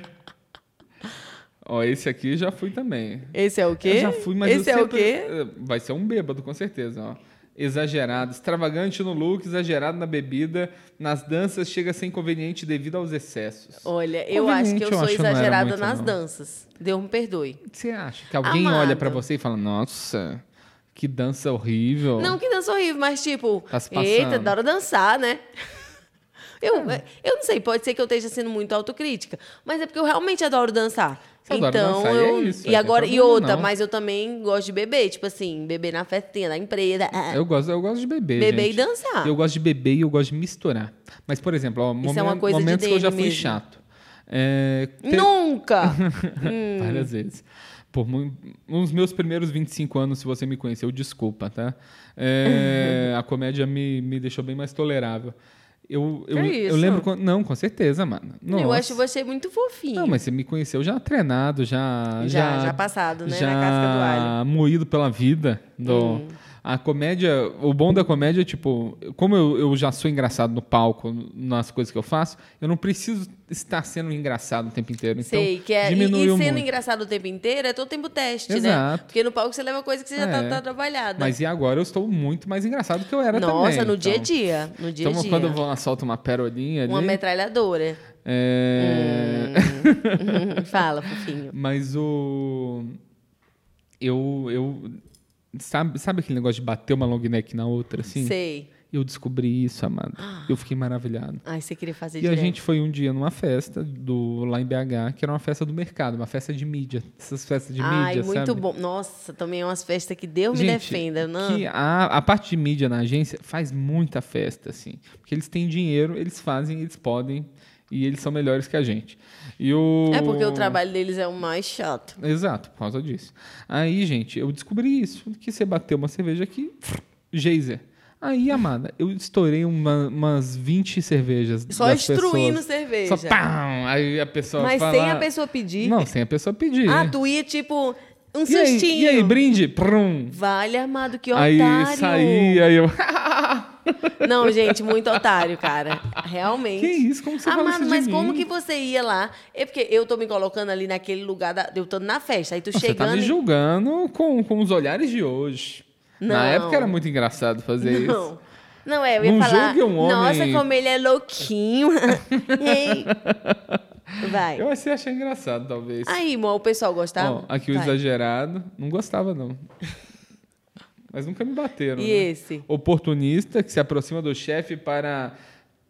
Ó, esse aqui já fui também. Esse é o quê? Eu já fui, mas Esse eu é o sempre- quê? Eh, Vai ser um bêbado, com certeza. Ó. Exagerado, extravagante no look, exagerado na bebida, nas danças chega a ser inconveniente devido aos excessos. Olha, eu acho que eu Conveniente, eu sou acho que não era exagerada muito, nas não. danças. Deus me perdoe. Você acha que alguém Amado. olha pra você e fala: Nossa, que dança horrível? Não que dança horrível, mas tipo, Tá se passando. eita, adoro dançar, né? Eu, eu não sei, pode ser que eu esteja sendo muito autocrítica, mas é porque eu realmente adoro dançar. Você então, adora dançar, e é eu. isso, e aí não tem agora, e problema, outra, não. mas eu também gosto de beber, tipo assim, beber na festinha da empresa. ah, Eu gosto, eu gosto de beber. Beber gente. e dançar. Eu gosto de beber e eu gosto de misturar. Mas, por exemplo, ó, Isso momen- é uma coisa de momentos que eu já dele fui mesmo. chato. É, te- Nunca! Hum. Várias vezes. Por mu- nos meus primeiros 25 anos, se você me conheceu, desculpa, tá? É, a comédia me, me deixou bem mais tolerável. Eu, eu, Que eu isso? lembro. quando- Não, com certeza, mano. Eu Nossa. acho um você é muito fofinho. Não, mas você me conheceu já treinado, já. Já- já passado, né? Na Já casca do alho. Hum. moído pela vida. Do... A comédia, o bom da comédia, tipo, como eu, eu já sou engraçado no palco, nas coisas que eu faço, eu não preciso estar sendo engraçado o tempo inteiro. Então, Sei, que é. E, e diminuiu sendo muito. engraçado o tempo inteiro, é todo tempo teste, né? Exato. Porque no palco você leva coisa que você já É. tá, tá trabalhada. Mas e agora eu estou muito mais engraçado do que eu era também. Nossa, no dia a então. dia. No dia a Então, dia. quando eu vou lá, solto uma perolinha ali. Uma metralhadora. é, É. Fala, fofinho. Mas o. Eu. eu... Sabe, sabe aquele negócio de bater uma long neck na outra, assim? Sei. Ah. Eu descobri isso, amada. Eu fiquei maravilhado. Ai, você queria fazer E a direto. gente foi um dia numa festa do, lá em BH, que era uma festa do mercado, uma festa de mídia. Essas festas de Ai, mídia, muito sabe? bom. Nossa, também é umas festas que Deus me Gente, defenda. Não. que a, a parte de mídia na agência faz muita festa, assim. Porque eles têm dinheiro, eles fazem, eles podem, e eles são melhores que a gente. E o... É porque o trabalho deles é o mais chato. Exato, por causa disso. Aí, gente, eu descobri isso, que você bateu uma cerveja aqui, geyser. Aí, amada, eu estourei uma- umas 20 cervejas Só das destruindo pessoas. cerveja. Só pam! Aí a pessoa Mas fala... sem a pessoa pedir. Não, sem a pessoa pedir. Ah, tu ia tipo um e aí, sustinho. e aí, brinde? Prum. Vale, amado, que Aí otário. saí, aí eu... Não, gente, muito otário, cara. Realmente. Que isso? Como você ah, fala mano, isso de mas mim? como que você ia lá? É porque eu tô me colocando ali naquele lugar, da... eu tô na festa, aí tu Você tá chegando me e- julgando com, com os olhares de hoje. Não. Na época era muito engraçado fazer é isso. Não. Não, é, eu ia Não falar. julgue um homem- Nossa, como ele é louquinho. Ei. Vai. Eu achei, achei engraçado, talvez. Aí, mo, o pessoal gostava? Ó, aqui o tá Vai. exagerado. Não gostava, não. Mas nunca me bateram. E né? esse? Oportunista que se aproxima do chefe para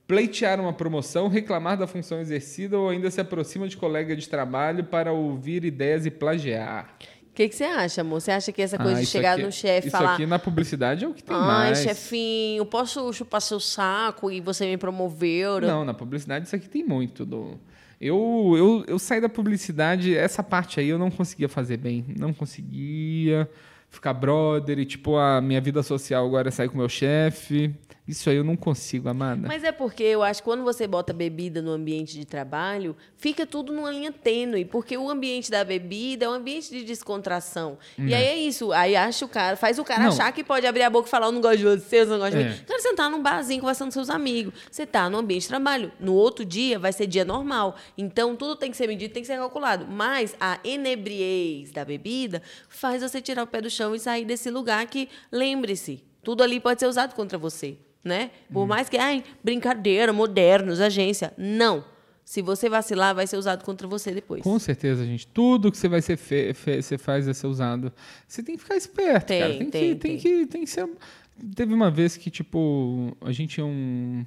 pleitear uma promoção, reclamar da função exercida ou ainda se aproxima de colega de trabalho para ouvir ideias e plagiar. O que, que você acha, amor? Você acha que essa Ah, coisa de isso chegar aqui- no chefe e Isso falar. aqui na publicidade é o que tem Ai, mais. chefinho, posso chupar seu saco e você me promoveu? Não, na publicidade isso aqui tem muito. Do... Eu, eu, eu saí da publicidade, essa parte aí eu não conseguia fazer bem. Não conseguia ficar brother e, tipo, a minha vida social agora é sair com meu chefe. Isso aí eu não consigo, amada. Mas é porque eu acho que quando você bota bebida no ambiente de trabalho, fica tudo numa linha tênue, porque o ambiente da bebida é um ambiente de descontração. E aí é isso, aí acha o cara, faz o cara Não. achar que pode abrir a boca e falar, eu não gosto de você, eu não gosto de É. mim. Cara, você não tá num barzinho conversando com seus amigos, você tá no ambiente de trabalho. No outro dia vai ser dia normal. Então tudo tem que ser medido, tem que ser calculado. Mas a inebriez da bebida faz você tirar o pé do chão e sair desse lugar que, lembre-se, tudo ali pode ser usado contra você. né? Por Hum. mais que, ai, brincadeira, modernos, agência. Não. Se você vacilar, vai ser usado contra você depois. Com certeza, gente. Tudo que você vai ser fe- fe- você faz vai ser usado. Você tem que ficar esperto, Tem, cara. Tem, tem, que, tem. tem, que tem que ser. um, Teve uma vez que tipo a gente é um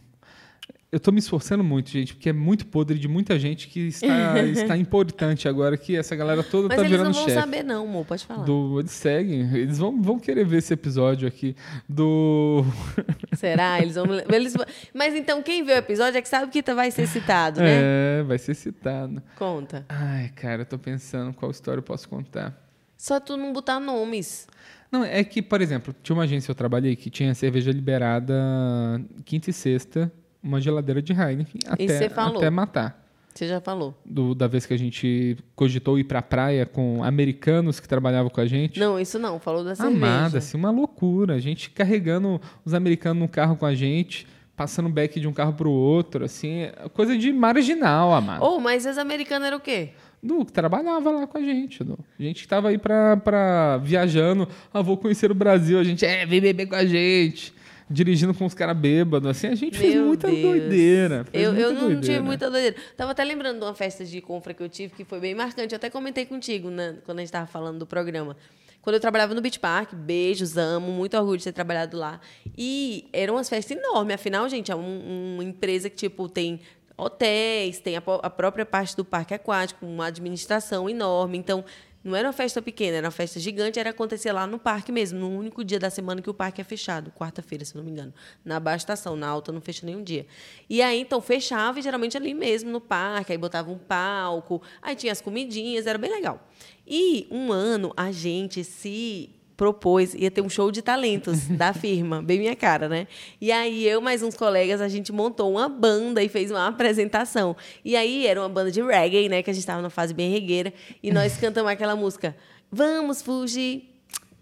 eu tô me esforçando muito, gente, porque é muito podre de muita gente que está, está importante agora que essa galera toda Mas tá eles não virando vão chefe. saber, não, amor. Pode falar. Do, eles seguem, eles vão, vão querer ver esse episódio aqui do. Será? Eles vão... eles vão- Mas então, quem vê o episódio é que sabe que tá- vai ser citado, né? É, vai ser citado. Conta. Ai, cara, eu tô pensando qual história eu posso contar. Só tu não botar nomes. Não, é que, por exemplo, tinha uma agência que eu trabalhei que tinha cerveja liberada quinta e sexta, uma geladeira de Heineken, até, você falou. até matar. Você já falou. Do- da vez que a gente cogitou ir pra praia com americanos que trabalhavam com a gente. Não, isso não. Falou da cerveja. Amada, assim, uma loucura. A gente carregando os americanos no carro com a gente, passando back de um carro pro outro, assim, coisa de marginal, amada. Ou, mas as americanas eram o quê? Du, que trabalhava lá com a gente. Du. A gente que tava aí pra, pra viajando. Ah, vou conhecer o Brasil. A gente, é, vem beber com a gente. Dirigindo com os caras bêbados. Assim, a gente fez Meu muita Deus. doideira. fez Eu, muita eu não doideira. tive muita doideira. Tava até lembrando de uma festa de compra que eu tive que foi bem marcante. Eu até comentei contigo né, quando a gente tava falando do programa. Quando eu trabalhava no Beach Park, beijos, amo, muito orgulho de ter trabalhado lá. E eram umas festas enormes. Afinal, gente, é um- uma empresa que, tipo, tem hotéis, tem a, po- a própria parte do parque aquático, uma administração enorme. Então, não era uma festa pequena, era uma festa gigante, era acontecer lá no parque mesmo, no único dia da semana que o parque é fechado, quarta-feira, se não me engano, na baixa estação, na alta não fecha nenhum dia. E aí, então, fechava e geralmente ali mesmo no parque, aí botava um palco, aí tinha as comidinhas, era bem legal. E um ano a gente se propôs, ia ter um show de talentos da firma, bem minha cara, né? E aí eu mais uns colegas, a gente montou uma banda e fez uma apresentação. E aí era uma banda de reggae, né, que a gente tava numa fase bem regueira, e nós cantamos aquela música: "Vamos fugir,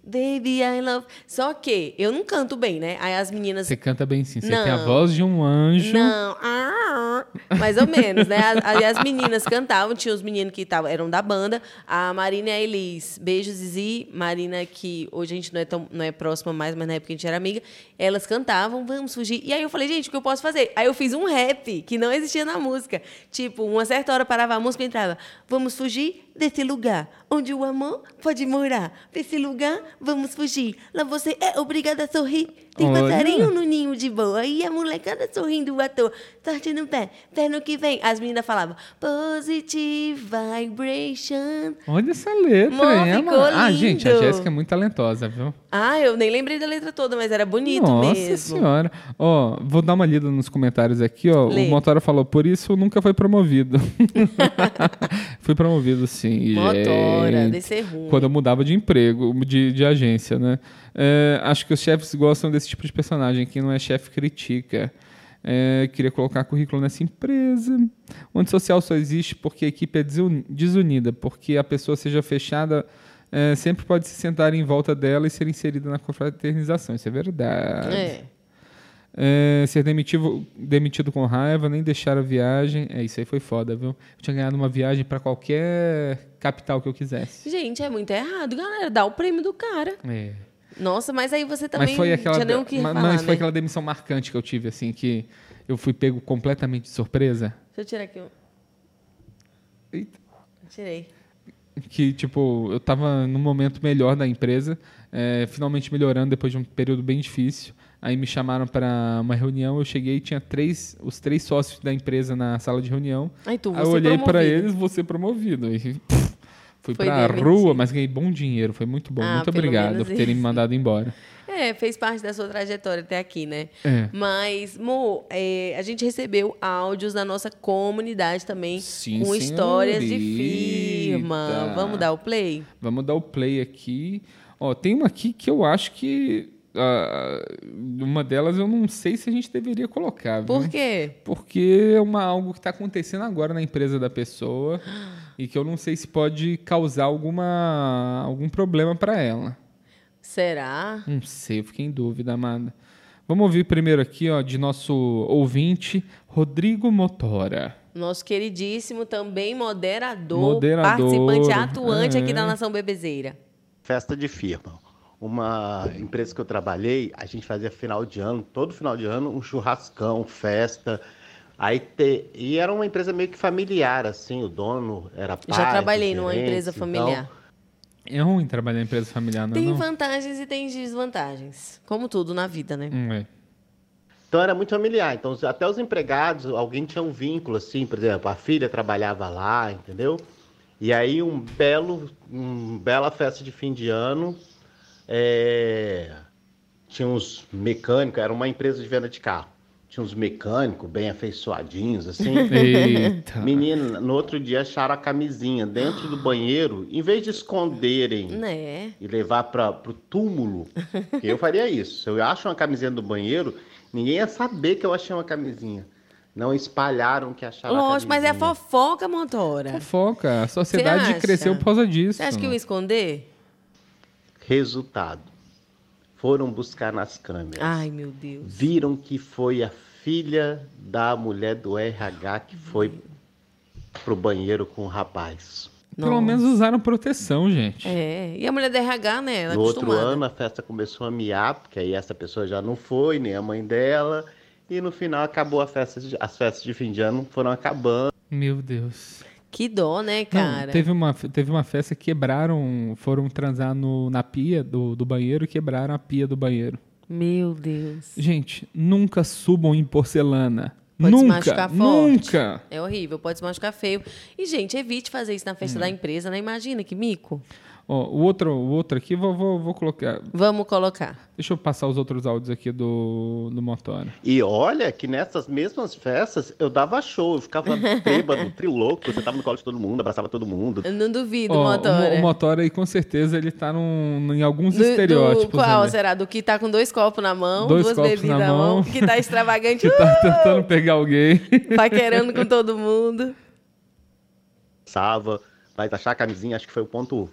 baby I love". Só que eu não canto bem, né? Aí as meninas Você canta bem sim. Você tem a Não. voz de um anjo. não, ah, mais ou menos, né? As, ali as meninas cantavam, tinha os meninos que tavam, eram da banda. A Marina e a Elis, beijo, Zizi. Marina, que hoje a gente não é, tão, não é próxima mais, mas na época a gente era amiga. Elas cantavam, vamos fugir. E aí eu falei, gente, o que eu posso fazer? Aí eu fiz um rap que não existia na música. Tipo, uma certa hora parava a música e entrava, vamos fugir desse lugar onde o amor pode morar. Desse lugar, vamos fugir. Lá você é obrigada a sorrir. Tem Olha. passarinho no ninho de boa e a molecada sorrindo à toa. Sorte no pé, pé no que vem. As meninas falavam positive vibration. Olha essa letra, Mó, hein, ficou mano? Ah, gente, a lindo. Jéssica é muito talentosa, viu? Ah, eu nem lembrei da letra toda, mas era bonito Nossa mesmo. senhora. Ó, vou dar uma lida nos comentários aqui, ó. Lê. O Motora falou, por isso nunca foi promovido. Fui promovido, sim. Motora, gente. desse é ruim. Quando eu mudava de emprego, de, de agência, né? É, acho que os chefes gostam desse tipo de personagem. Quem não é chefe, critica. É, queria colocar currículo nessa empresa. Onde social só existe porque a equipe é desun- desunida, porque a pessoa seja fechada. é, sempre pode se sentar em volta dela e ser inserida na confraternização. Isso é verdade. É. É, ser demitivo, demitido com raiva, nem deixar a viagem. É, isso aí foi foda, viu? Eu tinha ganhado uma viagem pra qualquer capital que eu quisesse. Gente, é muito errado, galera. Dá o prêmio do cara. É. Nossa, mas aí você também Mas foi aquela, tinha nem o que ma- falar, mas foi né? aquela demissão marcante que eu tive, assim, que eu fui pego completamente de surpresa. Deixa eu tirar aqui. um- Eita. Tirei. Que, tipo, eu tava num momento melhor da empresa, é, finalmente melhorando depois de um período bem difícil. Aí me chamaram pra uma reunião, eu cheguei e tinha três, os três sócios da empresa na sala de reunião. Ai, tu, Aí eu você olhei pra promovido. eles, vou ser promovido. E pff, fui Foi pra demitido. rua, mas ganhei bom dinheiro, foi muito bom. Ah, muito pelo obrigado menos por terem me isso. mandado embora. É, fez parte da sua trajetória até aqui, né? É. Mas, Mo, é, a gente recebeu áudios da nossa comunidade também Sim, com histórias de senhorita. firma. Vamos dar o play? Vamos dar o play aqui. Ó, tem uma aqui que eu acho que. ah, uma delas eu não sei se a gente deveria colocar. viu? Por quê? Porque é uma, algo que está acontecendo agora na empresa da pessoa e que eu não sei se pode causar alguma, algum problema para ela. Será? Não sei, eu fiquei em dúvida, amada. Vamos ouvir primeiro aqui, ó, de nosso ouvinte, Rodrigo Motora. Nosso queridíssimo também moderador, Moderador, participante atuante é. aqui da Nação Bebezeira. Festa de firma. uma empresa que eu trabalhei, a gente fazia final de ano, todo final de ano, um churrascão, festa. Aí te- E era uma empresa meio que familiar, assim, o dono era pai. Já trabalhei numa gerente, empresa então- familiar. É ruim trabalhar em empresa familiar, não é Tem não? vantagens e tem desvantagens. Como tudo na vida, né? Hum, é. Então era muito familiar. Então os- até os empregados, alguém tinha um vínculo assim, por exemplo, a filha trabalhava lá, entendeu? E aí um belo, um bela festa de fim de ano, é, tinha uns mecânicos, era uma empresa de venda de carro. Tinha uns mecânicos bem afeiçoadinhos assim. Eita. Menina, no outro dia acharam a camisinha dentro do banheiro, em vez de esconderem Né? e levar para o túmulo, eu faria isso. Se eu acho uma camisinha do banheiro, ninguém ia saber que eu achei uma camisinha. Não espalharam que acharam Lógico, a mas é camisinha. fofoca, motora. Fofoca. A sociedade É. acha? cresceu por causa disso. Você acha que eu ia esconder? Resultado. Foram buscar nas câmeras. Ai, meu Deus. Viram que foi a filha da mulher do RH que foi pro banheiro com o rapaz. Pelo Nossa. menos usaram proteção, gente. É. E a mulher da RH, né? Ela é no outro acostumada. ano a festa começou a miar, porque aí essa pessoa já não foi, nem a mãe dela. E no final acabou a festa, de- as festas de fim de ano foram acabando. Meu Deus. Que dó, né, Não, cara? teve, uma, teve uma festa que quebraram, foram transar no- na pia do, do banheiro e quebraram a pia do banheiro. Meu Deus. Gente, nunca subam em porcelana. Pode se nunca, machucar forte. nunca. É horrível, pode se machucar feio. E, gente, evite fazer isso na Hum. festa da empresa, né? Imagina que mico. Ó, o, outro, o outro aqui, vou, vou, vou colocar. Vamos colocar. Deixa eu passar os outros áudios aqui do, do Motora. E olha que nessas mesmas festas eu dava show, eu ficava bêbado, trilouco, você tava no colo de todo mundo, abraçava todo mundo. Eu não duvido, Ó, motora. O, o Motora aí, com certeza, ele tá num, em alguns Do- do- estereótipos. né? qual ali. será? Do que tá com dois copos na mão, Dois duas copos bebidas na na mão, mão. que tá extravagante, uh, Que tá tentando pegar alguém. paquerando com todo mundo. Sava, vai achar a camisinha, acho que foi o ponto. um. um ponto-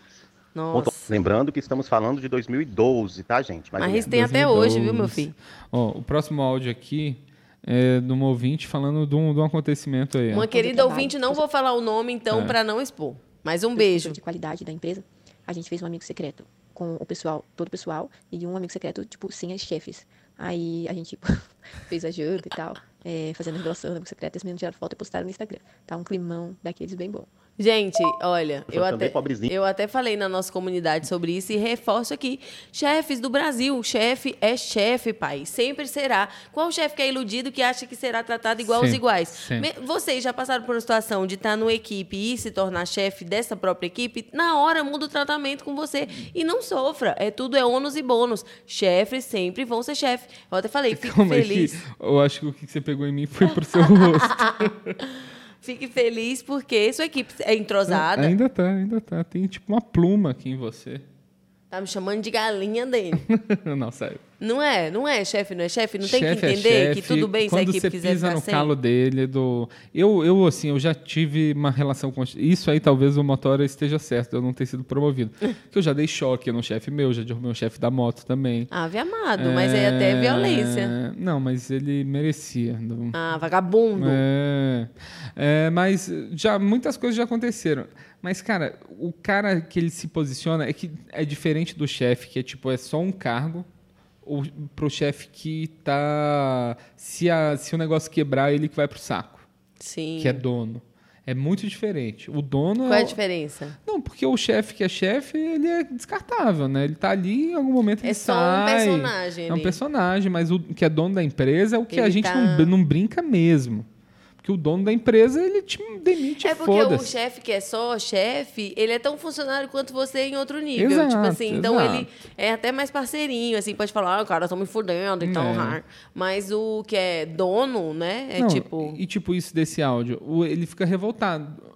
Nossa. Lembrando que estamos falando de 2012, tá, gente? Mais ou Mas menos. isso tem até hoje, viu, meu 2012. filho? Ó, o próximo áudio aqui é de um ouvinte falando de um, É. de um acontecimento aí. ó. Uma querida trabalho. ouvinte, não vou falar o nome, então, pra não expor. Mas um professor beijo. de qualidade da empresa, a gente fez um amigo secreto com o pessoal, todo o pessoal, e um amigo secreto, tipo, sem as chefes. Aí a gente tipo, fez a janta e tal, eh, fazendo revelação do amigo secreto, e as meninas tiraram foto e postaram no Instagram. Tá um climão daqueles bem bom. Gente, olha, Eu eu sou também até, pobrezinho. eu até falei na nossa comunidade sobre isso e reforço aqui. Chefes do Brasil, chefe é chefe, pai. Sempre será. Qual chefe que é iludido que acha que será tratado igual aos Sempre, iguais? sempre. Me- Vocês já passaram por uma situação de estar numa equipe e se tornar chefe dessa própria equipe? Na hora muda o tratamento com você. E não sofra. É tudo é ônus e bônus. Chefes sempre vão ser chefe. Eu até falei, fique Calma aí feliz. que eu acho que o que você pegou em mim foi pro seu rosto. Fique feliz porque sua equipe é entrosada. Ainda tá, ainda tá. Tem tipo uma pluma aqui em você. Tá me chamando de galinha dele. não, sério. Não é, não é chefe, não é chefe, não tem que Chefe é entender que chefe. tudo bem se a Quando equipe você quiser pisa ficar no sem. calo dele é do eu eu assim eu já tive uma relação com isso aí talvez o motora esteja certo de eu não ter sido promovido que eu já dei choque no chefe meu já derrubei um chefe da moto também Ave amado, Ah, mas aí até é violência. não mas ele merecia não- Ah, vagabundo. É. É, mas já muitas coisas já aconteceram. Mas, cara, o cara que ele se posiciona é que é diferente do chefe, que é tipo, é só um cargo, ou pro chefe que tá. Se, a- se o negócio quebrar, ele que vai pro saco, Sim. que é dono. É muito diferente. O dono. Qual é a o- diferença? Não, porque o chefe que é chefe, ele é descartável, né? Ele tá ali em algum momento ele É só um sai. personagem. É um ali. personagem, mas o que é dono da empresa é o que a Ele gente tá- não, br- não brinca mesmo. Porque o dono da empresa, ele te demite, É porque o foda-se. chefe que é só chefe, ele é tão funcionário quanto você em outro nível. Exato, tipo assim, então exato. ele é até mais parceirinho, assim, pode falar, ah, o cara tá me fudendo, então. É. ah." Mas o que é dono, né? É Não, tipo. E tipo isso desse áudio, o- ele fica revoltado.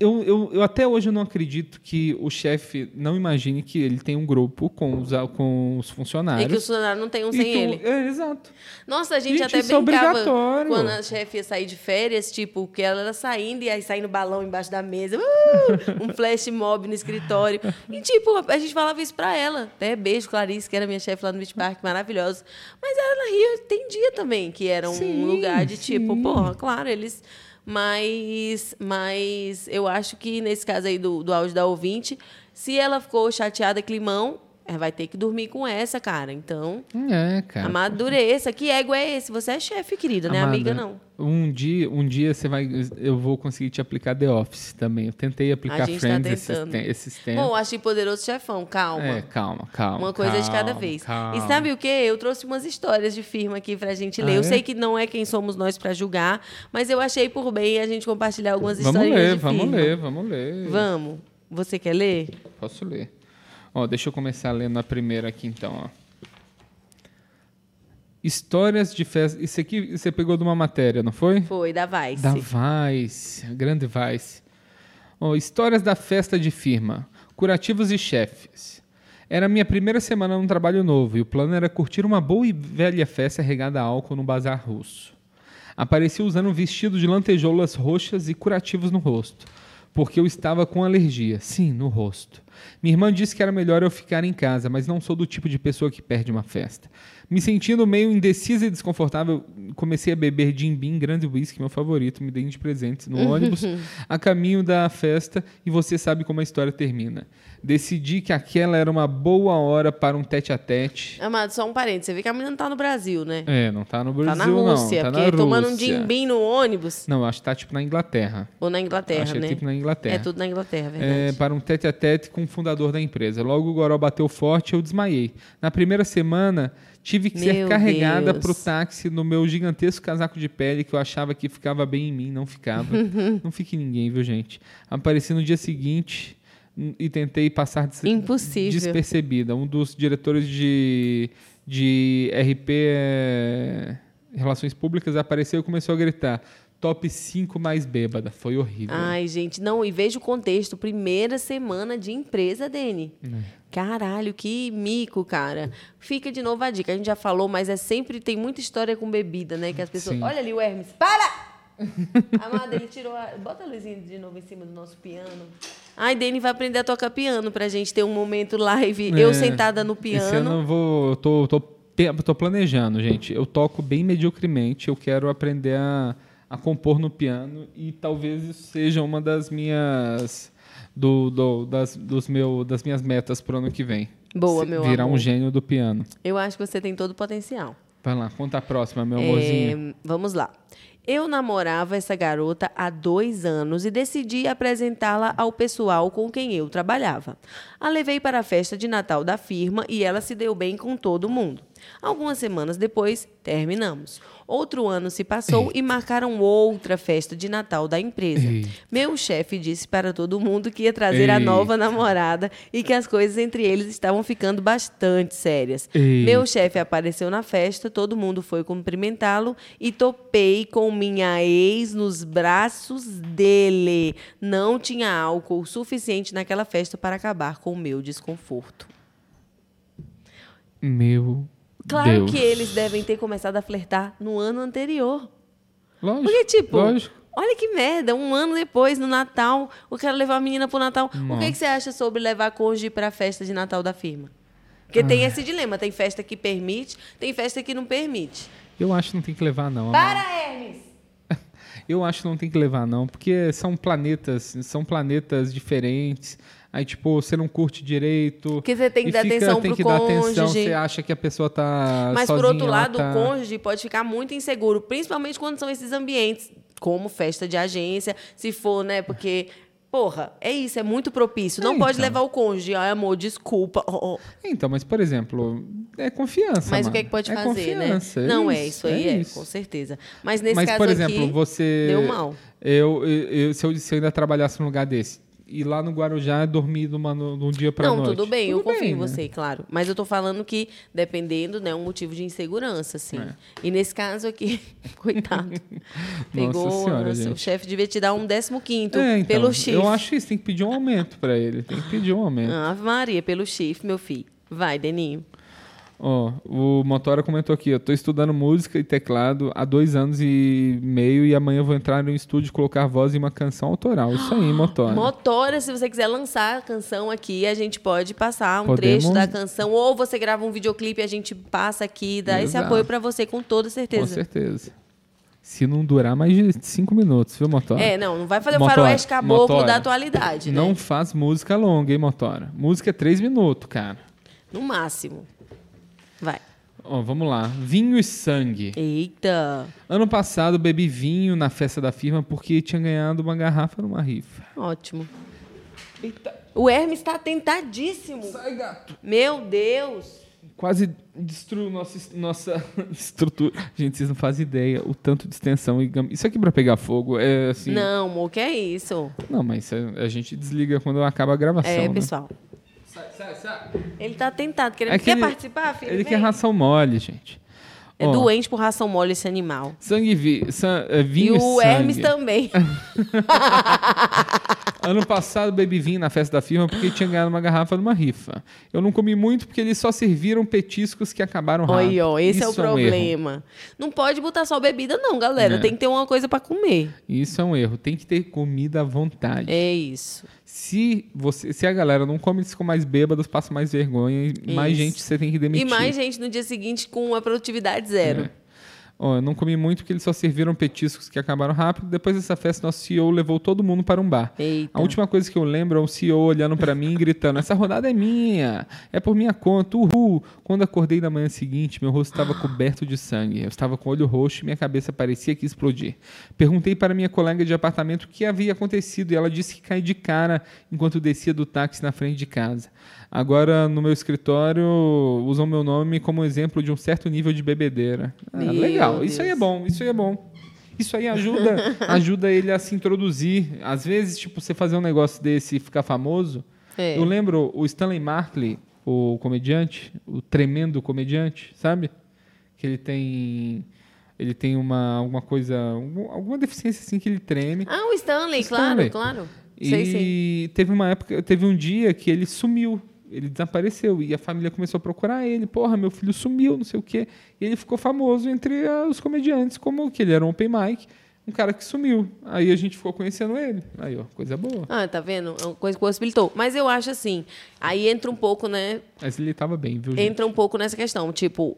Eu, eu, eu até hoje eu não acredito que o chefe não imagine que ele tem um grupo com os, a- com os funcionários. E que o funcionário não tem um E sem que o- ele. É, exato. Nossa, a gente, Gente, até isso é brincava obrigatório. quando a chefe ia sair de férias, tipo, que ela era saindo e aí saindo balão embaixo da mesa, uh, um flash mob no escritório. E, tipo, a gente falava isso pra ela. Até beijo, Clarice, que era minha chefe lá no Beach Park, maravilhosa. Mas ela na Rio entendia também que era um Sim, lugar de tipo, sim. porra, claro, eles. Mas, mas eu acho que nesse caso aí do, do áudio da ouvinte, se ela ficou chateada, climão, É, vai ter que dormir com essa, cara. Então, É, cara. amadureça. Que ego é esse? Você é chefe, querida, não é Amada, amiga, não. Um dia, um dia você vai, eu vou conseguir te aplicar The Office também. Eu tentei aplicar A gente tá Friends esses, tentando. te- esses tempos. Bom, achei poderoso chefão, calma. É, calma, calma. Uma coisa de cada calma, vez. calma. E sabe o que? Eu trouxe umas histórias de firma aqui pra gente ler. Ah, eu é? sei que não é quem somos nós pra julgar, mas eu achei por bem a gente compartilhar algumas Vamos histórias ler, de vamos firma. ler, vamos ler. Vamos. Você quer ler? Posso ler. Ó, deixa eu começar lendo a primeira aqui então, ó. Histórias de festa. Isso aqui você pegou de uma matéria, não foi? Foi, da Vice. Da Vice, a grande Vice. Ó, histórias da festa de firma, curativos e chefes. Era minha primeira semana num trabalho novo e o plano era curtir uma boa e velha festa regada a álcool no bazar russo. Apareci usando um vestido de lantejoulas roxas e curativos no rosto, porque eu estava com alergia, sim, no rosto. Minha irmã disse que era melhor eu ficar em casa, mas não sou do tipo de pessoa que perde uma festa. Me sentindo meio indecisa e desconfortável, comecei a beber Jim Beam, grande whisky, meu favorito, me dei de presente no ônibus, Uhum. a caminho da festa, e você sabe como a história termina. Decidi que aquela era uma boa hora para um tete-a-tete. Amado, só um parênteses. Você vê que a menina não tá no Brasil, né? É, não tá no Brasil, tá na Rússia. não. Tá na porque tomando um Rússia. jimbim no ônibus Não, acho que tá tipo na Inglaterra. ou na Inglaterra, Acho que é né? tipo na Inglaterra. É tudo na Inglaterra, é É, verdade. para um tete a tete com o fundador da empresa. Logo o Goró bateu forte e eu desmaiei. Na primeira semana, tive que ser Meu carregada Deus. pro táxi no meu gigantesco casaco de pele que eu achava que ficava bem em mim, não ficava. não fique ninguém, viu, gente? Apareci no dia seguinte hum, e tentei passar des- Impossível. despercebida. Um dos diretores de, de RP é, Relações Públicas apareceu e começou a gritar. Top 5 mais bêbada. Foi horrível. Ai, gente, não, e veja o contexto. Primeira semana de empresa, Dene. É. Caralho, que mico, cara. Fica de novo a dica. A gente já falou, mas é sempre tem muita história com bebida, né? Que as pessoas. Sim. Olha ali o Hermes. Para! Amada, ele tirou a. Bota a luzinha de novo em cima do nosso piano. Ai, Dene vai aprender a tocar piano pra gente ter um momento live. É, eu sentada no Esse ano piano. eu vou. Eu tô, tô, pe- tô planejando, gente. Eu toco bem mediocremente. Eu quero aprender a, a compor no piano e talvez isso seja uma das minhas. Do, do- das, dos meu, das minhas metas pro ano que vem. Boa, Se- meu Virar amor. um gênio do piano. Eu acho que você tem todo o potencial. Vai lá, conta a próxima, meu amorzinho. É, vamos lá. Eu namorava essa garota há dois anos e decidi apresentá-la ao pessoal com quem eu trabalhava. A levei para a festa de Natal da firma e ela se deu bem com todo mundo. Algumas semanas depois, terminamos. Outro ano se passou e marcaram outra festa de Natal da empresa. Eita. É, Meu chefe disse para todo mundo que ia trazer a nova namorada e que as coisas entre eles estavam ficando bastante sérias. Eita. Meu chefe apareceu na festa, todo mundo foi cumprimentá-lo e topei com minha ex nos braços dele. Não tinha álcool suficiente naquela festa para acabar com o meu desconforto. Meu. Claro Deus. que eles devem ter começado a flertar no ano anterior. Lógico. Porque, tipo, Lógico. olha que merda, um ano depois, no Natal, eu quero levar a menina pro Natal. O que, que você acha sobre levar cônjuge pra festa de Natal da firma? Porque tem esse dilema, tem festa que permite, tem festa que não permite. Eu acho que não tem que levar, não. amor. Para, Hermes! Eu acho que não tem que levar, não, porque são planetas, são planetas diferentes. Aí, tipo, você não curte direito. Porque você tem que e dar fica- atenção tem pro que dar atenção, cônjuge. você acha que a pessoa tá. Mas, por sozinha, outro ela lado, tá... o cônjuge pode ficar muito inseguro, principalmente quando são esses ambientes, como festa de agência, se for, né? Porque, porra, é isso, é muito propício. Não É, pode então. levar o cônjuge. Ai, amor, desculpa. ó, ó. Então, mas, por exemplo, é confiança. Mas o que é mano. que pode é fazer, né? confiança, É não, isso, é isso aí, é, isso. com certeza. Mas nesse mas, caso por exemplo, aqui, você. deu mal. Eu, eu- eu- se, eu, se eu ainda trabalhasse num lugar desse, e lá no Guarujá dormir numa, no- num dia pra não, noite. tudo bem, eu confio em né? você, claro. Mas eu tô falando que, dependendo, né, é um motivo de insegurança, assim. É. E nesse caso aqui, coitado. Pegou, Senhora, nossa, o gente. chefe devia te dar um décimo quinto É, então, pelo chifre. Eu acho isso, tem que pedir um aumento pra ele. Tem que pedir um aumento. Ave Maria, pelo chifre, meu filho. Vai, Deninho. Ó, o Motora comentou aqui, eu tô estudando música e teclado há dois anos e meio e amanhã eu vou entrar no estúdio e colocar voz em uma canção autoral. Isso aí, Motora. Motora, se você quiser lançar a canção aqui, a gente pode passar um Podemos? trecho da canção. Ou você grava um videoclipe, a gente passa aqui, dá esse Exato. apoio pra você com toda certeza. Com certeza. Se não durar mais de cinco minutos, viu, Motora? É, não, não vai fazer o Motora, faroeste caboclo Motora, da atualidade, né? Não faz música longa, hein, Motora? Música é três minutos, cara. No máximo. Vai. Ó, vamos lá. Vinho e sangue. Eita. Ano passado bebi vinho na festa da firma porque tinha ganhado uma garrafa numa rifa. Ótimo. O Hermes está tentadíssimo. Sai, gato. Meu Deus. Quase destruiu nossa, es- nossa estrutura. Gente, vocês não fazem ideia o tanto de extensão e gam- Isso aqui pra pegar fogo é assim. Não, amor, que é isso? Não, mas isso é- a gente desliga quando acaba a gravação. é, né? pessoal. Ele tá tentado. Querendo... É que quer ele- participar, filho? Ele Vem. quer ração mole, gente. É Ó, doente por ração mole esse animal. Sangue, vi, san- é, vinho e o sangue. Hermes também. Ano passado bebi vinho na festa da firma porque tinha ganhado uma garrafa numa rifa. Eu não comi muito porque eles só serviram petiscos que acabaram rápido. Olha, ó, esse é o Ah, Isso um erro. problema. não pode botar só bebida, não, galera. É. Tem que ter uma coisa pra comer. Isso é um erro. Tem que ter comida à vontade. É isso. Se, você, se a galera não come, eles ficam mais bêbados, passam mais vergonha e mais Isso. gente você tem que E demitir. É. mais gente no dia seguinte com uma produtividade zero. Ó, eu não comi muito porque eles só serviram petiscos que acabaram rápido. Depois dessa festa, nosso CEO levou todo mundo para um bar. Eita. A última coisa que eu lembro é o CEO olhando pra mim e gritando: Essa rodada é minha, é por minha conta, uhul. Quando acordei na manhã seguinte, meu rosto estava coberto de sangue. Eu estava com o olho roxo e minha cabeça parecia que ia explodir. Perguntei para minha colega de apartamento o que havia acontecido e ela disse que caí de cara enquanto descia do táxi na frente de casa. Agora, no meu escritório, usam meu nome como exemplo de um certo nível de bebedeira. Ah, Meu legal, isso aí é Deus. bom, isso aí é bom. Isso aí ajuda, ajuda ele a se introduzir. Às vezes, tipo, você fazer um negócio desse e ficar famoso. É. Eu lembro o Stanley Markley, o comediante, o tremendo comediante, sabe? Que ele tem ele tem uma alguma coisa, algum- alguma deficiência assim que ele treme. Ah, o Stanley, Stanley. claro, claro. Sei, e sei. teve uma época, teve um dia que ele sumiu. Ele desapareceu e a família começou a procurar ele. Porra, meu filho sumiu, não sei o quê. E ele ficou famoso entre ah, os comediantes, como que ele era um open mic, um cara que sumiu. Aí a gente ficou conhecendo ele. Aí, ó, coisa boa. Ah, tá vendo? É uma coisa que possibilitou. Mas eu acho assim, aí entra um pouco, né? Mas ele tava bem, viu, gente? Entra um pouco nessa questão, tipo,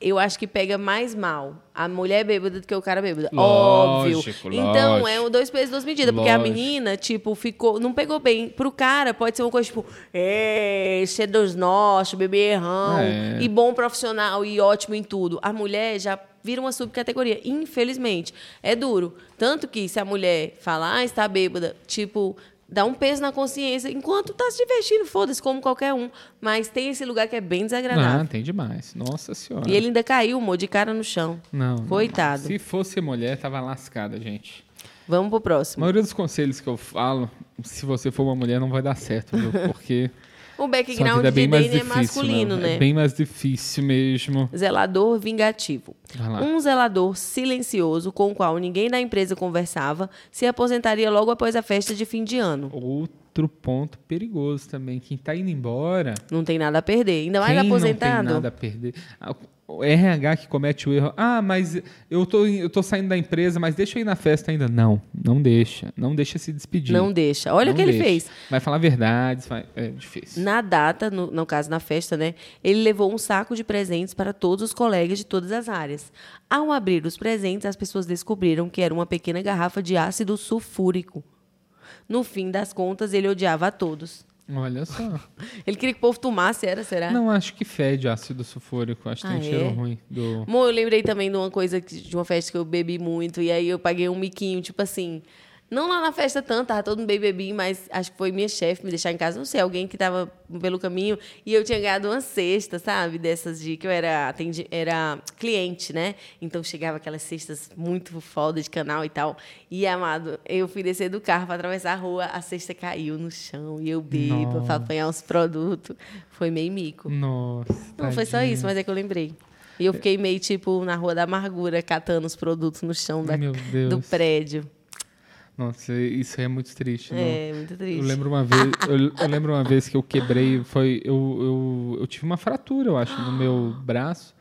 eu acho que pega mais mal a mulher bêbada do que o cara bêbado. Óbvio. Lógico, Então, lógico. é o dois pesos, duas medidas. Porque a Lógico. menina, tipo, ficou. Não pegou bem. Pro cara, pode ser uma coisa tipo, é, esse é dos nossos, beberrão. É. E bom profissional e ótimo em tudo. A mulher já vira uma subcategoria. Infelizmente. É duro. Tanto que se a mulher falar, ah, está bêbada, tipo. Dá um peso na consciência enquanto tá se divertindo, foda-se, como qualquer um. Mas tem esse lugar que é bem desagradável. Ah, tem demais. Nossa senhora. E ele ainda caiu, amor, de cara no chão. Não, não. Coitado. Se fosse mulher, tava lascada, gente. Vamos pro A próximo. maioria dos conselhos que eu falo, se você for uma mulher, não vai dar certo, viu? Porque O sua background vida é bem de mais Dane é difícil. masculino, né? né? É bem mais difícil mesmo. Zelador vingativo. Vai lá. Um zelador silencioso com o qual ninguém da empresa conversava se aposentaria logo após a festa de fim de ano. Outro ponto perigoso também. Quem tá indo embora, Não tem nada a perder. Ainda mais quem aposentado. não tem nada a perder. Ah, O RH que comete o erro. Ah, mas eu tô, eu tô saindo da empresa, mas deixa eu ir na festa ainda. Não, não deixa. Não deixa se despedir. Não deixa. Olha o Não que ele deixa. fez. Vai falar verdades, vai... é difícil. Na data, no, no caso na festa, né? Ele levou um saco de presentes para todos os colegas de todas as áreas. Ao abrir os presentes, as pessoas descobriram que era uma pequena garrafa de ácido sulfúrico. No fim das contas, ele odiava a todos. Olha só. Ele queria que o povo tomasse, era, será? Não, acho que fede ácido sulfúrico. Acho que tem É. Ah, um cheiro é? ruim do. Amor, eu lembrei também de uma coisa, que- de uma festa que eu bebi muito, e aí eu paguei um miquinho, tipo assim. Não lá na festa tanto, tava todo mundo bem bebinho, mas acho que foi minha chefe me deixar em casa, não sei, alguém que tava pelo caminho, e eu tinha ganhado uma cesta, sabe? Dessas de que eu era, atendi, era cliente, né? Então chegava aquelas cestas muito foda de canal e tal. E, amado, eu fui descer do carro pra atravessar a rua, a cesta caiu no chão, e eu beba pra apanhar os produtos. Foi meio mico. Nossa. Não foi só tadinho. isso, mas é que eu lembrei. E eu É. fiquei meio tipo na Rua da Amargura, catando os produtos no chão da- Meu Deus. é um do prédio. Nossa, isso aí é muito triste. não. É, muito triste. Eu lembro uma vez, eu, eu lembro uma vez que eu quebrei, foi eu, eu, eu tive uma fratura, eu acho, no meu braço.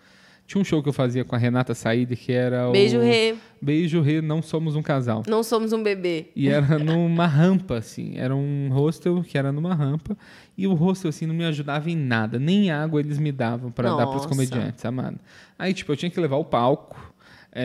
Tinha um show que eu fazia com a Renata Saíde que era o Beijo, Rê. Beijo Rê, não somos um casal. Não somos um bebê. E era numa rampa, assim. Era um hostel que era numa rampa. E o hostel, assim, não me ajudava em nada. Nem água eles me davam pra dar pros Nossa. comediantes, amado. Aí, tipo, eu tinha que levar o palco,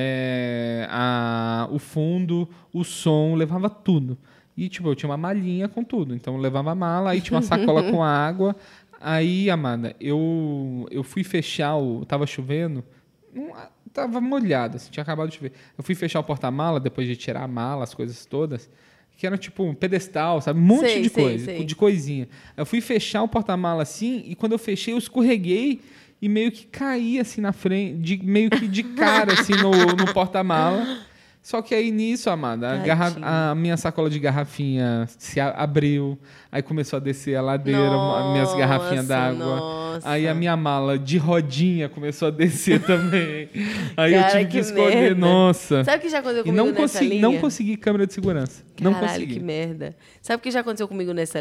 é, a- o fundo, o som, levava tudo. E, tipo, eu tinha uma malinha com tudo. Então, eu levava a mala, aí tinha uma sacola com água. Aí, amada, eu, eu fui fechar o. Tava chovendo. não- ah, tava molhado, assim, tinha acabado de chover. Eu fui fechar o porta-mala depois de tirar a mala, as coisas todas. Que era tipo um pedestal, sabe? Um monte Sei, de sei, coisa, sei. de coisinha. Eu fui fechar o porta-mala assim, e quando eu fechei, eu escorreguei e meio que caí assim na frente, de- meio que de cara assim no, no porta-mala. Só que aí nisso, Amanda, a, garra- Tadinho. a minha sacola de garrafinha se a- abriu, aí começou a descer a ladeira, as minhas garrafinhas Nossa, d'água. nossa. Aí a minha mala de rodinha começou a descer também. Aí eu Cara, tive que que esconder, merda. nossa. Sabe o que já aconteceu e comigo não nessa consegui, linha? não consegui câmera de segurança. não Caralho, consegui. que merda. Sabe o que já aconteceu comigo nessa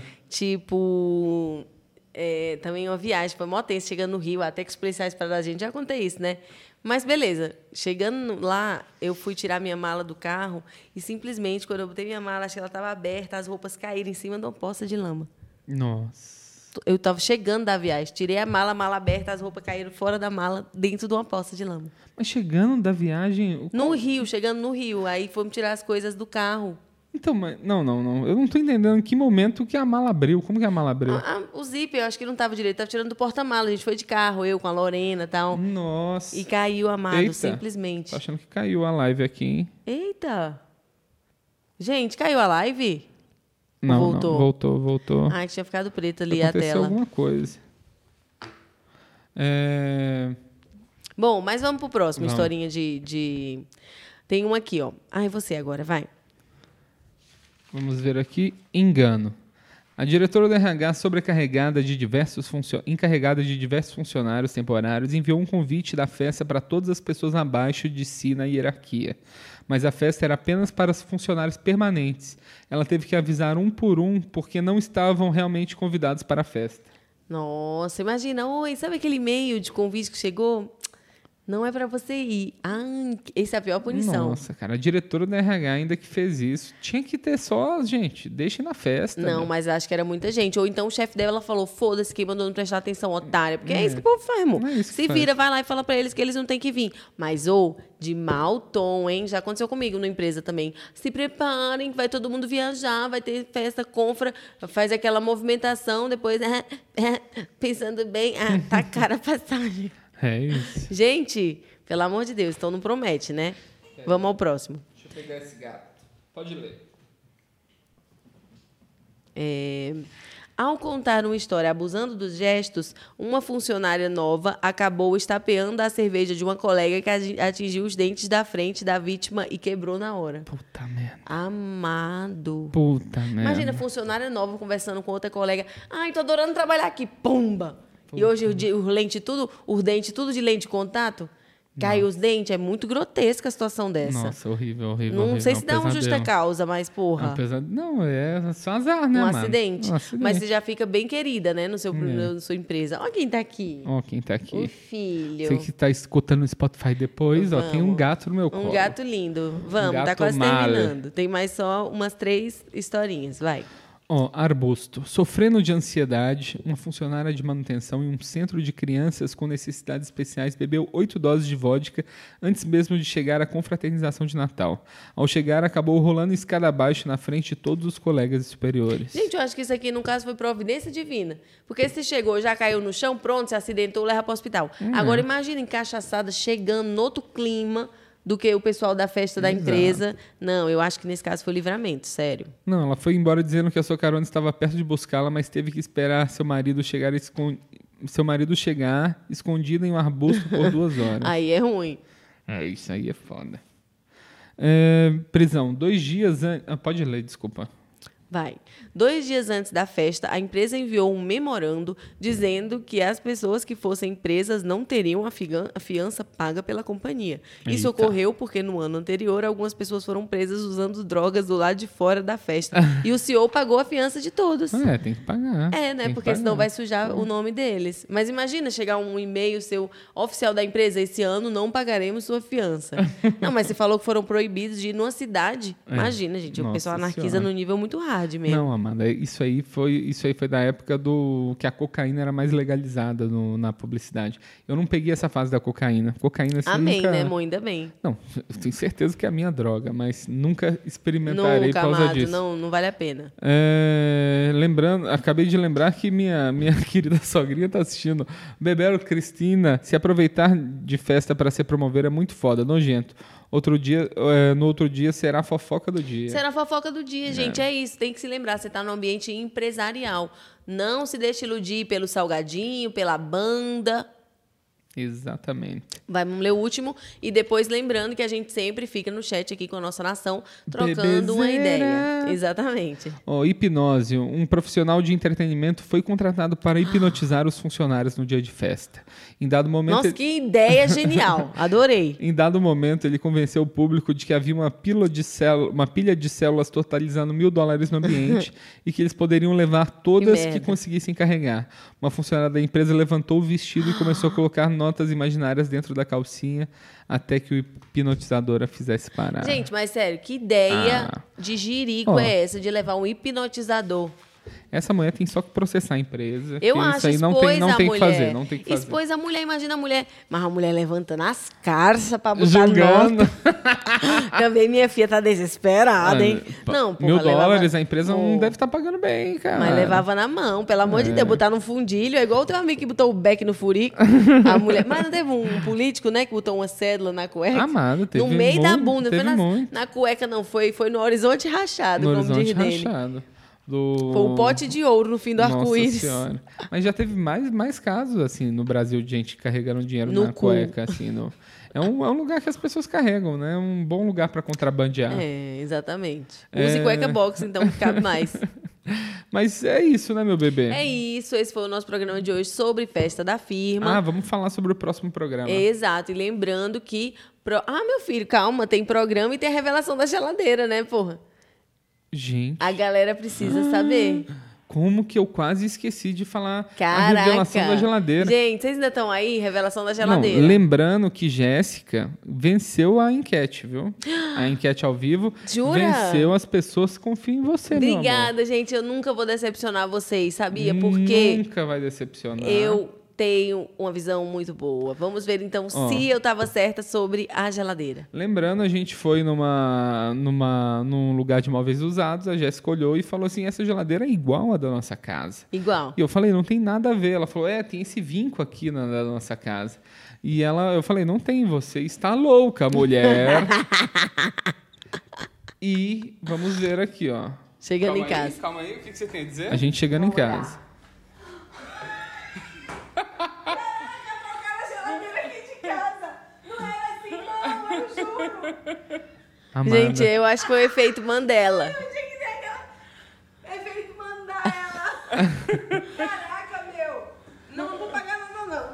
Ah. Tipo, é, também uma viagem, foi mó tenso, chegando no Rio, até que os policiais para a gente, já contei isso, né? Mas beleza, chegando lá, eu fui tirar minha mala do carro e simplesmente, quando eu botei minha mala, achei que ela estava aberta, as roupas caíram em cima de uma poça de lama. Nossa. Eu estava chegando da viagem, tirei a mala, a mala aberta, as roupas caíram fora da mala, dentro de uma poça de lama. Mas chegando da viagem. o- No Rio, chegando no Rio, aí fomos tirar as coisas do carro. Então, mas. Não, não, não. Eu não tô entendendo em que momento que a mala abriu. Como que a mala abriu? Ah, ah, o zíper, eu acho que não tava direito, tava tirando do porta-mala. A gente foi de carro, eu com a Lorena e tal. Nossa. E caiu amado, Eita. simplesmente. Tô achando que caiu a live aqui, hein? Eita! Gente, caiu a live? Não, Voltou. não. Voltou, voltou. Ah, que tinha ficado preto ali a Hum. Aconteceu tela. alguma coisa. É... Bom, mas vamos pro próximo, Vamos. historinha de, de- Tem um aqui, ó. Ai, você agora, vai. Vamos ver aqui. Engano. A diretora do RH, sobrecarregada de diversos funcio- encarregada de diversos funcionários temporários, enviou um convite da festa para todas as pessoas abaixo de si na hierarquia. Mas a festa era apenas para os funcionários permanentes. Ela teve que avisar um por um porque não estavam realmente convidados para a festa. Nossa, imagina, oi, sabe aquele e-mail de convite que chegou? Não é pra você ir. Ah, essa é a pior punição. Nossa, cara, a diretora do RH ainda que fez isso. Tinha que ter só, gente, deixa na festa. Não, né? mas acho que era muita gente. Ou então o chefe dela falou: foda-se, quem mandou não prestar atenção, otária. Porque é, isso que o povo faz, irmão. É isso que Se faz. vira, vai lá e fala pra eles que eles não têm que vir. Mas, ou, de mau tom, hein? Já aconteceu comigo na empresa também. Se preparem, que vai todo mundo viajar, vai ter festa, confra, faz aquela movimentação, depois, eh, eh, pensando bem, ah, tá cara a passagem. É isso. Gente, pelo amor de Deus, então não promete, né? É. Vamos ao próximo. Deixa eu pegar esse gato. Pode ler. É, Ao contar uma história abusando dos gestos, uma funcionária nova acabou estapeando a cerveja de uma colega que agi- atingiu os dentes da frente da vítima e quebrou na hora. Puta merda. Amado. Puta merda. Imagina, funcionária nova conversando com outra colega. Ai, tô adorando trabalhar aqui. Pumba! E hoje os, di- os lente tudo, os dentes tudo de lente de contato, cai os dentes. É muito grotesca a situação dessa. Nossa, horrível, horrível. Não horrível. É sei se dá um pesadelo. justa causa, mas É porra. um pesadelo. Não, é só azar, né, um mano? acidente. Um acidente. Mas você já fica bem querida, né? No seu, na sua empresa. Olha quem tá aqui. Ó, quem tá O aqui. filho. Você que tá escutando no Spotify depois, ó, tem um Vamos. gato no meu colo. Um gato lindo. Vamos, tá Um gato quase mala. terminando. Tem mais só umas três historinhas, vai. Ó, arbusto. Sofrendo de ansiedade, uma funcionária de manutenção em um centro de crianças com necessidades especiais bebeu oito doses de vodka antes mesmo de chegar à confraternização de Natal. Ao chegar, acabou rolando escada abaixo na frente de todos os colegas e superiores. Gente, eu acho que isso aqui, no caso, foi providência divina. Porque se chegou, já caiu no chão, pronto, se acidentou, leva para hospital. É. Agora, imagina encaixaçada chegando no outro clima do que o pessoal da festa da empresa. Não, eu acho que nesse caso foi livramento, sério. Não, ela foi embora dizendo que a sua carona estava perto de buscá-la, mas teve que esperar seu marido chegar escon... seu marido chegar escondida em um arbusto por duas horas. Aí é ruim. É, isso aí é foda. É, prisão. Dois dias antes. pode ler, desculpa. Vai. Dois dias antes da festa, a empresa enviou um memorando dizendo que as pessoas que fossem presas não teriam a figan- a fiança paga pela companhia. Isso Eita. ocorreu porque no ano anterior algumas pessoas foram presas usando drogas do lado de fora da festa. e o CEO pagou a fiança de todos. Ah, É, tem que pagar. É, né? Tem que Porque senão vai pagar. sujar o nome deles. Mas imagina chegar um e-mail seu oficial da empresa, esse ano não pagaremos sua fiança. não, mas você falou que foram proibidos de ir numa cidade. É. Imagina, gente, o Nossa pessoal anarquiza Senhora. num nível muito hard. tarde mesmo. Não, Amanda, isso aí foi isso aí foi da época do que a cocaína era mais legalizada no- na publicidade. Eu não peguei essa fase da cocaína. Cocaína assim Amém, nunca. né, amor? Ainda bem. Não, eu tenho certeza que é a minha droga, mas nunca experimentarei Nunca, por causa amado. disso. Não, não vale a pena. É, lembrando, acabei de lembrar que minha, minha querida sogrinha tá assistindo. Bebelo Cristina, se aproveitar de festa para se promover é muito foda, nojento. Outro dia, é, no outro dia será a fofoca do dia. Será é a fofoca do dia, gente. É isso. Tem que se lembrar. Você está no ambiente empresarial. Não se deixe iludir pelo salgadinho, pela banda. Exatamente. Vamos ler o último. E depois, lembrando que a gente sempre fica no chat aqui com a nossa nação, trocando uma Bebezeira. ideia. Exatamente. Ó, hipnose. Um profissional de entretenimento foi contratado para hipnotizar os funcionários no dia de festa. Em dado momento. Nossa, ele- que ideia genial. Adorei. Em dado momento, ele convenceu o público de que havia uma pila de célu- uma pilha de células totalizando mil dólares no ambiente e que eles poderiam levar todas Que que, merda. conseguissem carregar. Uma funcionária da empresa levantou o vestido e começou a colocar notas imaginárias dentro da calcinha até que o hipnotizador a fizesse parar. Gente, mas sério, que ideia Ah. de jirico Ó. é essa de levar um hipnotizador? Essa mulher tem só que processar a empresa. Eu que acho, isso aí não expôs tem, não a tem que mulher. fazer, não tem que fazer. Expôs a mulher, imagina a mulher. Mas a mulher levantando as carças pra botar Julgando. nota. Também minha filha tá desesperada, hein? Ah, Não, porra, mil levava- dólares, a empresa não Pô, deve estar pagando bem, cara. Mas levava na mão, pelo amor de Deus, botar num fundilho. É igual o teu amigo que botou o beck no furico. A mulher. Mas não teve um político, né, que botou uma cédula na cueca? Amado, teve No meio da muito, bunda. teve foi na, muito. na cueca não, foi, foi no horizonte rachado, no como horizonte diz dele. rachado. Do... Foi o pote de ouro no fim do Nossa arco-íris. Senhora. Mas já teve mais, mais casos, assim, no Brasil, de gente carregando dinheiro No na cu. cueca, assim. no- É, um, é um lugar que as pessoas carregam, né? É um bom lugar pra contrabandear. É, exatamente. Use É. cueca box, então, que cabe mais. Mas é isso, né, meu bebê? é isso, esse foi o nosso programa de hoje sobre festa da Ah, firma. vamos falar sobre o próximo programa. Exato, e lembrando que. pro- Ah, meu filho, calma, tem programa e tem a revelação da geladeira, né, porra? Gente, A galera precisa Ah. saber. como que eu quase esqueci de falar Caraca. a revelação da geladeira. Gente, vocês ainda estão aí? Revelação da Não, geladeira. lembrando que Jéssica venceu a enquete, viu? A enquete ao vivo. Jura? Venceu as pessoas confiam em você, meu amor. Obrigada, gente. Eu nunca vou decepcionar vocês, sabia? Porque Nunca vai decepcionar. eu tenho uma visão muito boa. Vamos ver então Ó. se eu tava certa sobre a geladeira. Lembrando, a gente foi numa, numa, num lugar de móveis usados, a Jéssica olhou e falou assim: essa geladeira é igual à da nossa casa. Igual. E eu falei, não tem nada a ver. Ela falou, é, tem esse vinco aqui na, na nossa casa. E ela, eu falei, não tem, você está louca, mulher. e vamos ver aqui, ó. Chegando em casa. calma aí, o que, você tem a dizer? A gente chegando em casa. assim, Amanda. Gente, eu acho que foi o efeito Mandela. É feito mandar ela. Caraca, meu. Não, não vou pagar nada, não.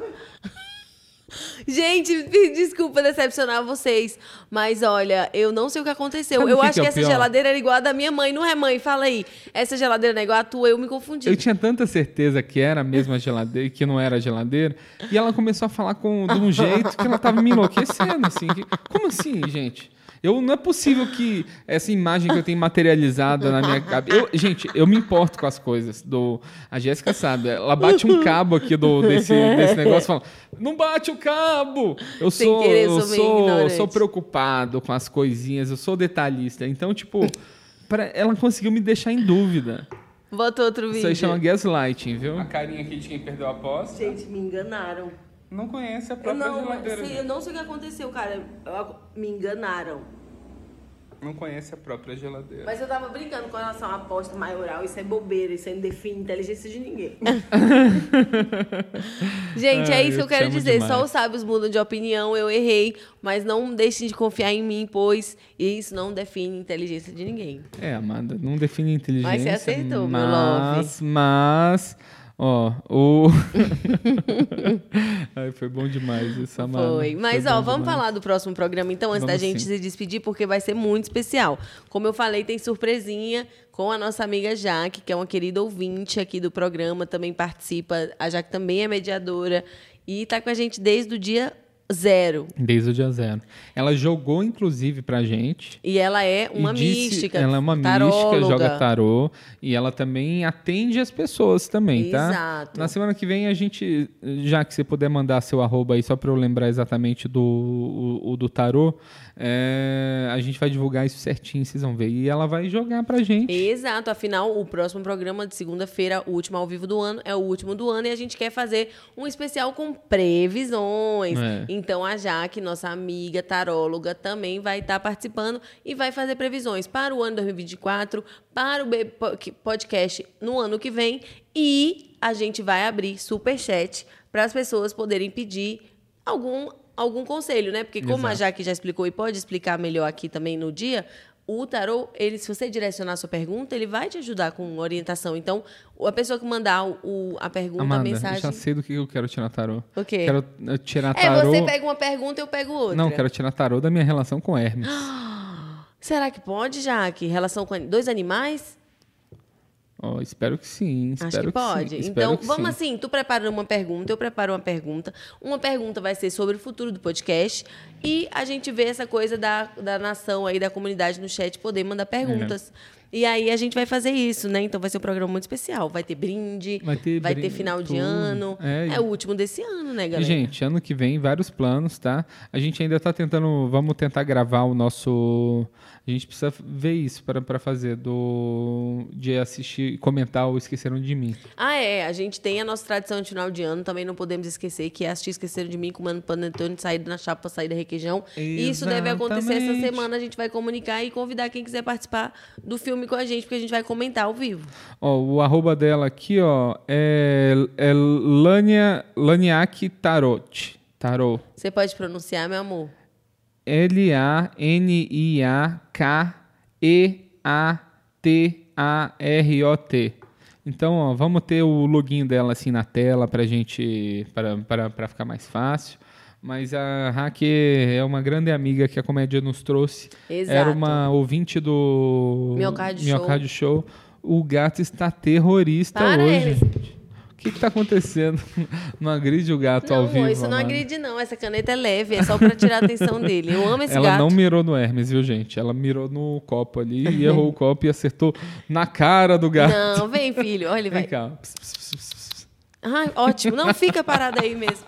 Gente, me desculpa decepcionar vocês. Mas olha, eu não sei o que aconteceu. Sabe eu o que acho que que, é o essa pior? geladeira era igual a da minha mãe, não é, mãe? Fala aí. Essa geladeira não é igual a tua, eu me confundi. Eu tinha tanta certeza que era a mesma geladeira, que não era a geladeira, e ela começou a falar com, de um jeito que ela tava me enlouquecendo, assim. que- como assim, gente? Eu, não é possível que essa imagem que eu tenho materializada na minha cabeça. Eu- gente, eu me importo com as coisas. Do, a Jéssica sabe, ela bate um cabo aqui do, desse, desse negócio e fala: Não bate o cabo! Eu Sem sou, querer, eu sou meio sou, ignorante. sou preocupado com as coisinhas, eu sou detalhista. Então, tipo, pra- ela conseguiu me deixar em dúvida. Bota outro Isso vídeo. aí chama gaslighting, viu? A carinha aqui de quem perdeu a aposta Gente, me enganaram. não conhece a Eu própria não, geladeira. sei, eu não sei o que aconteceu, cara. Eu- me enganaram. Não conhece a própria É. geladeira. Mas eu tava brincando com relação à aposta maioral. Isso é bobeira, isso aí não define a inteligência de ninguém. Gente, Ai, é isso que eu eu te quero amo dizer. Só demais. os sábios mudam de opinião, eu errei. Mas não deixem de confiar em mim, pois isso não define a inteligência de ninguém. É, Amanda, não define inteligência. Mas você aceitou, meu Mas, mas... Ó, o... Ai, foi bom demais isso, Amanda. Foi. Mas, Foi ó, bom vamos demais. falar do próximo programa, então, antes da Vamos gente sim. se despedir, porque vai ser muito especial. Como eu falei, tem surpresinha com a nossa amiga Jaque, que é uma querida ouvinte aqui do programa, também participa. A Jaque também é mediadora e tá com a gente desde o dia zero. Desde o dia zero. Ela jogou, inclusive, pra gente. E ela é uma e disse- mística. Ela é uma mística, taróloga. joga tarô. E ela também atende as pessoas também, tá? Exato. Na semana que vem a gente, já que você puder mandar seu arroba aí, só pra eu lembrar exatamente do, o, o do tarô, é, a gente vai divulgar isso certinho, vocês vão ver. E ela vai jogar pra gente. Exato, afinal, o próximo programa de segunda-feira, o último ao vivo do ano, é o último do ano e a gente quer fazer um especial com previsões. É. Então a Jaque, nossa amiga taróloga, também vai estar participando e vai fazer previsões para o ano 2024, para o be- po- que- podcast no ano que vem e a gente vai abrir superchat para as pessoas poderem pedir algum algum conselho, né? Porque como a Jaque já explicou e pode explicar melhor aqui também no dia, o tarô, ele, se você direcionar a sua pergunta, ele vai te ajudar com orientação. Então, a pessoa que mandar o- o- a pergunta, a Amanda, eu mensagem... já sei do que eu quero tirar tarô. O quê? Quero eh, tirar É, tarô. você pega uma pergunta, eu pego outra. Não, quero tirar tarô da minha relação com Hermes. Será que pode, Jaque? Relação com an- dois animais? Ó, espero que sim. Espero Acho que pode. sim, espero então, que vamos sim. assim, tu prepara uma pergunta, eu preparo uma pergunta. Uma pergunta vai ser sobre o futuro do podcast. E a gente vê essa coisa da, da nação aí, da comunidade no chat, poder mandar perguntas. É. E aí a gente vai fazer isso, né? Então vai ser um programa muito especial. Vai ter brinde, Vai ter brinde, final de tudo. ano. É, É, e- o último desse ano, né, E, galera? gente, ano que vem, vários planos, tá? A gente ainda tá tentando. Vamos tentar gravar o nosso. A gente precisa ver isso pra pra fazer. Do, de assistir, comentar o Esqueceram de Mim. Ah, é. A gente tem a nossa tradição de final de ano, também não podemos esquecer, que é assistir Esqueceram de Mim com o Mano Panetone, saída na chapa, saída requeijão. E Isso deve acontecer essa Exatamente. semana. A gente vai comunicar e convidar quem quiser participar do filme com a gente, porque a gente vai comentar ao vivo. Ó, o arroba dela aqui, ó, é, é Lania, Laniac Tarot. Tarot. Você pode pronunciar, meu amor? L-A-N-I-A-K-E-A-T-A-R-O-T. Então, ó, vamos ter o login dela assim na tela pra gente. para pra, pra ficar mais fácil. Mas a Raque é uma grande amiga que a comédia nos trouxe. Exato. Era uma ouvinte do Miocárdio Miocárdio Show. O gato está terrorista Para, hoje. Hermes. gente. O que, que tá acontecendo? Não agride o gato Tá ao não, vivo. amor, isso não Amanda. agride, não. Essa caneta é leve, é só pra tirar a atenção dele. Eu amo esse Ela gato. não mirou no Hermes, viu, gente? Ela mirou no copo ali e errou o copo e acertou na cara do gato. Não, vem, filho. Olha, ele vai. Vem cá. Pss, pss, pss, pss, pss. Ah, ótimo. Não fica parado aí mesmo.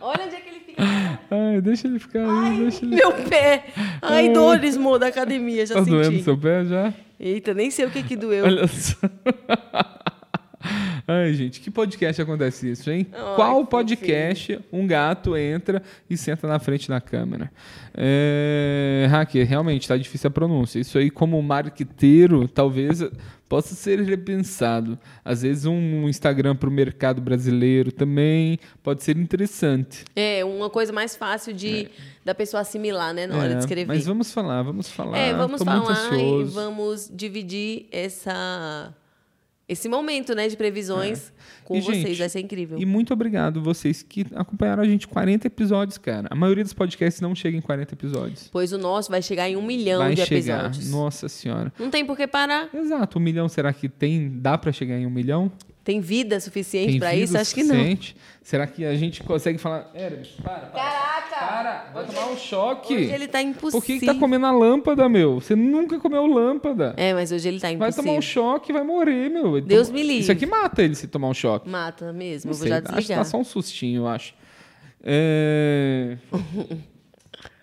Olha onde é que ele fica. Ai, deixa ele ficar aí, deixa ele. Meu pé! Ai, dores, mo, da academia, já Tá senti. doendo seu pé já? Eita, nem sei o que que doeu. Olha só. Ai, gente, que podcast acontece isso, hein? Ai, Qual fofinho. podcast um gato entra e senta na frente da câmera? É... Hacker, realmente, tá difícil a pronúncia. Isso aí, como marqueteiro, talvez possa ser repensado. Às vezes, um Instagram para o mercado brasileiro também pode ser interessante. É, uma coisa mais fácil de da pessoa assimilar, né, na hora É, de escrever. Mas vamos falar, vamos falar. é, vamos Tô muito falar e ansioso. vamos dividir essa esse momento, né, de previsões com É. E, vocês, gente, vai ser incrível. E muito obrigado vocês que acompanharam a gente 40 episódios, cara. A maioria dos podcasts não chega em 40 episódios. Pois o nosso vai chegar em um milhão Vai de chegar. episódios. Nossa senhora. Não tem por que parar. Exato, um milhão será que tem? Dá pra chegar em um milhão? Tem vida suficiente Tem pra vida isso? o Acho que não. suficiente? Será que a gente consegue falar? Hermes, para, para. Caraca! Para, vai tomar um choque. Hoje ele tá impossível. Por que, que tá comendo a lâmpada, meu? Você nunca comeu lâmpada. É, mas hoje ele tá vai impossível. tomar um choque, vai morrer, meu. Ele Deus toma- me livre. Isso aqui mata ele se tomar um choque. Mata mesmo, Não eu vou sei, já acho que desligar. dá só um sustinho, eu acho. É...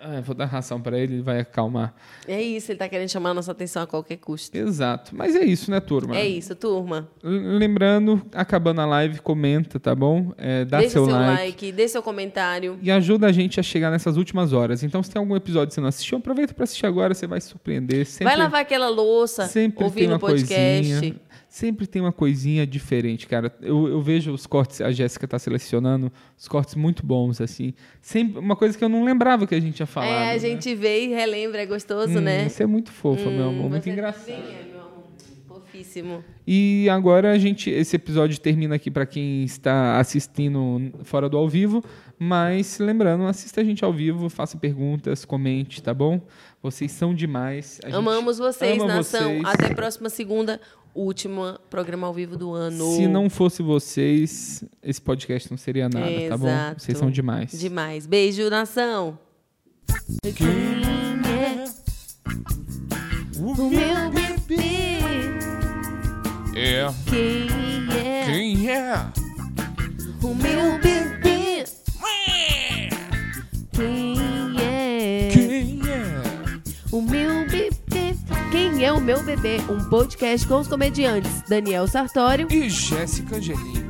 Ah, eu vou dar ração pra ele, ele vai acalmar. É isso, ele tá querendo chamar a nossa atenção a qualquer custo. Exato. Mas é isso, né, turma? É isso, turma. L- Lembrando, acabando a live, comenta, tá bom? É, dá deixa seu, seu like. deixa seu comentário. E ajuda a gente a chegar nessas últimas horas. Então, se tem algum episódio que você não assistiu, aproveita pra assistir agora, você vai se surpreender. Sempre, Vai lavar aquela louça, sempre tem ouvindo uma o podcast. coisinha. Sempre tem uma coisinha diferente, cara. Eu, eu vejo os cortes, a Jéssica tá selecionando, os cortes muito bons, assim. Sempre, uma coisa que eu não lembrava que a gente tinha falado. é, a né? gente vê e relembra, é gostoso, Hum, né? Isso é muito fofa, meu amor. Hum, Muito você engraçado. também é, meu amor. Fofinho. Certíssimo. E agora a gente, esse episódio termina aqui para quem está assistindo fora do ao vivo, mas lembrando, assista a gente ao vivo, faça perguntas, comente, tá bom? Vocês são demais. A gente Amamos vocês, ama nação. vocês. Até próxima segunda, último programa ao vivo do ano. Se não fosse vocês, esse podcast não seria nada, tá bom? Exato. Vocês são demais. Demais. Beijo, nação. É. Quem é? O meu bebê. Quem é? Quem é? O meu bebê. Quem é o meu bebê? Um podcast com os comediantes Daniel Sartório E Jéssica Angelim.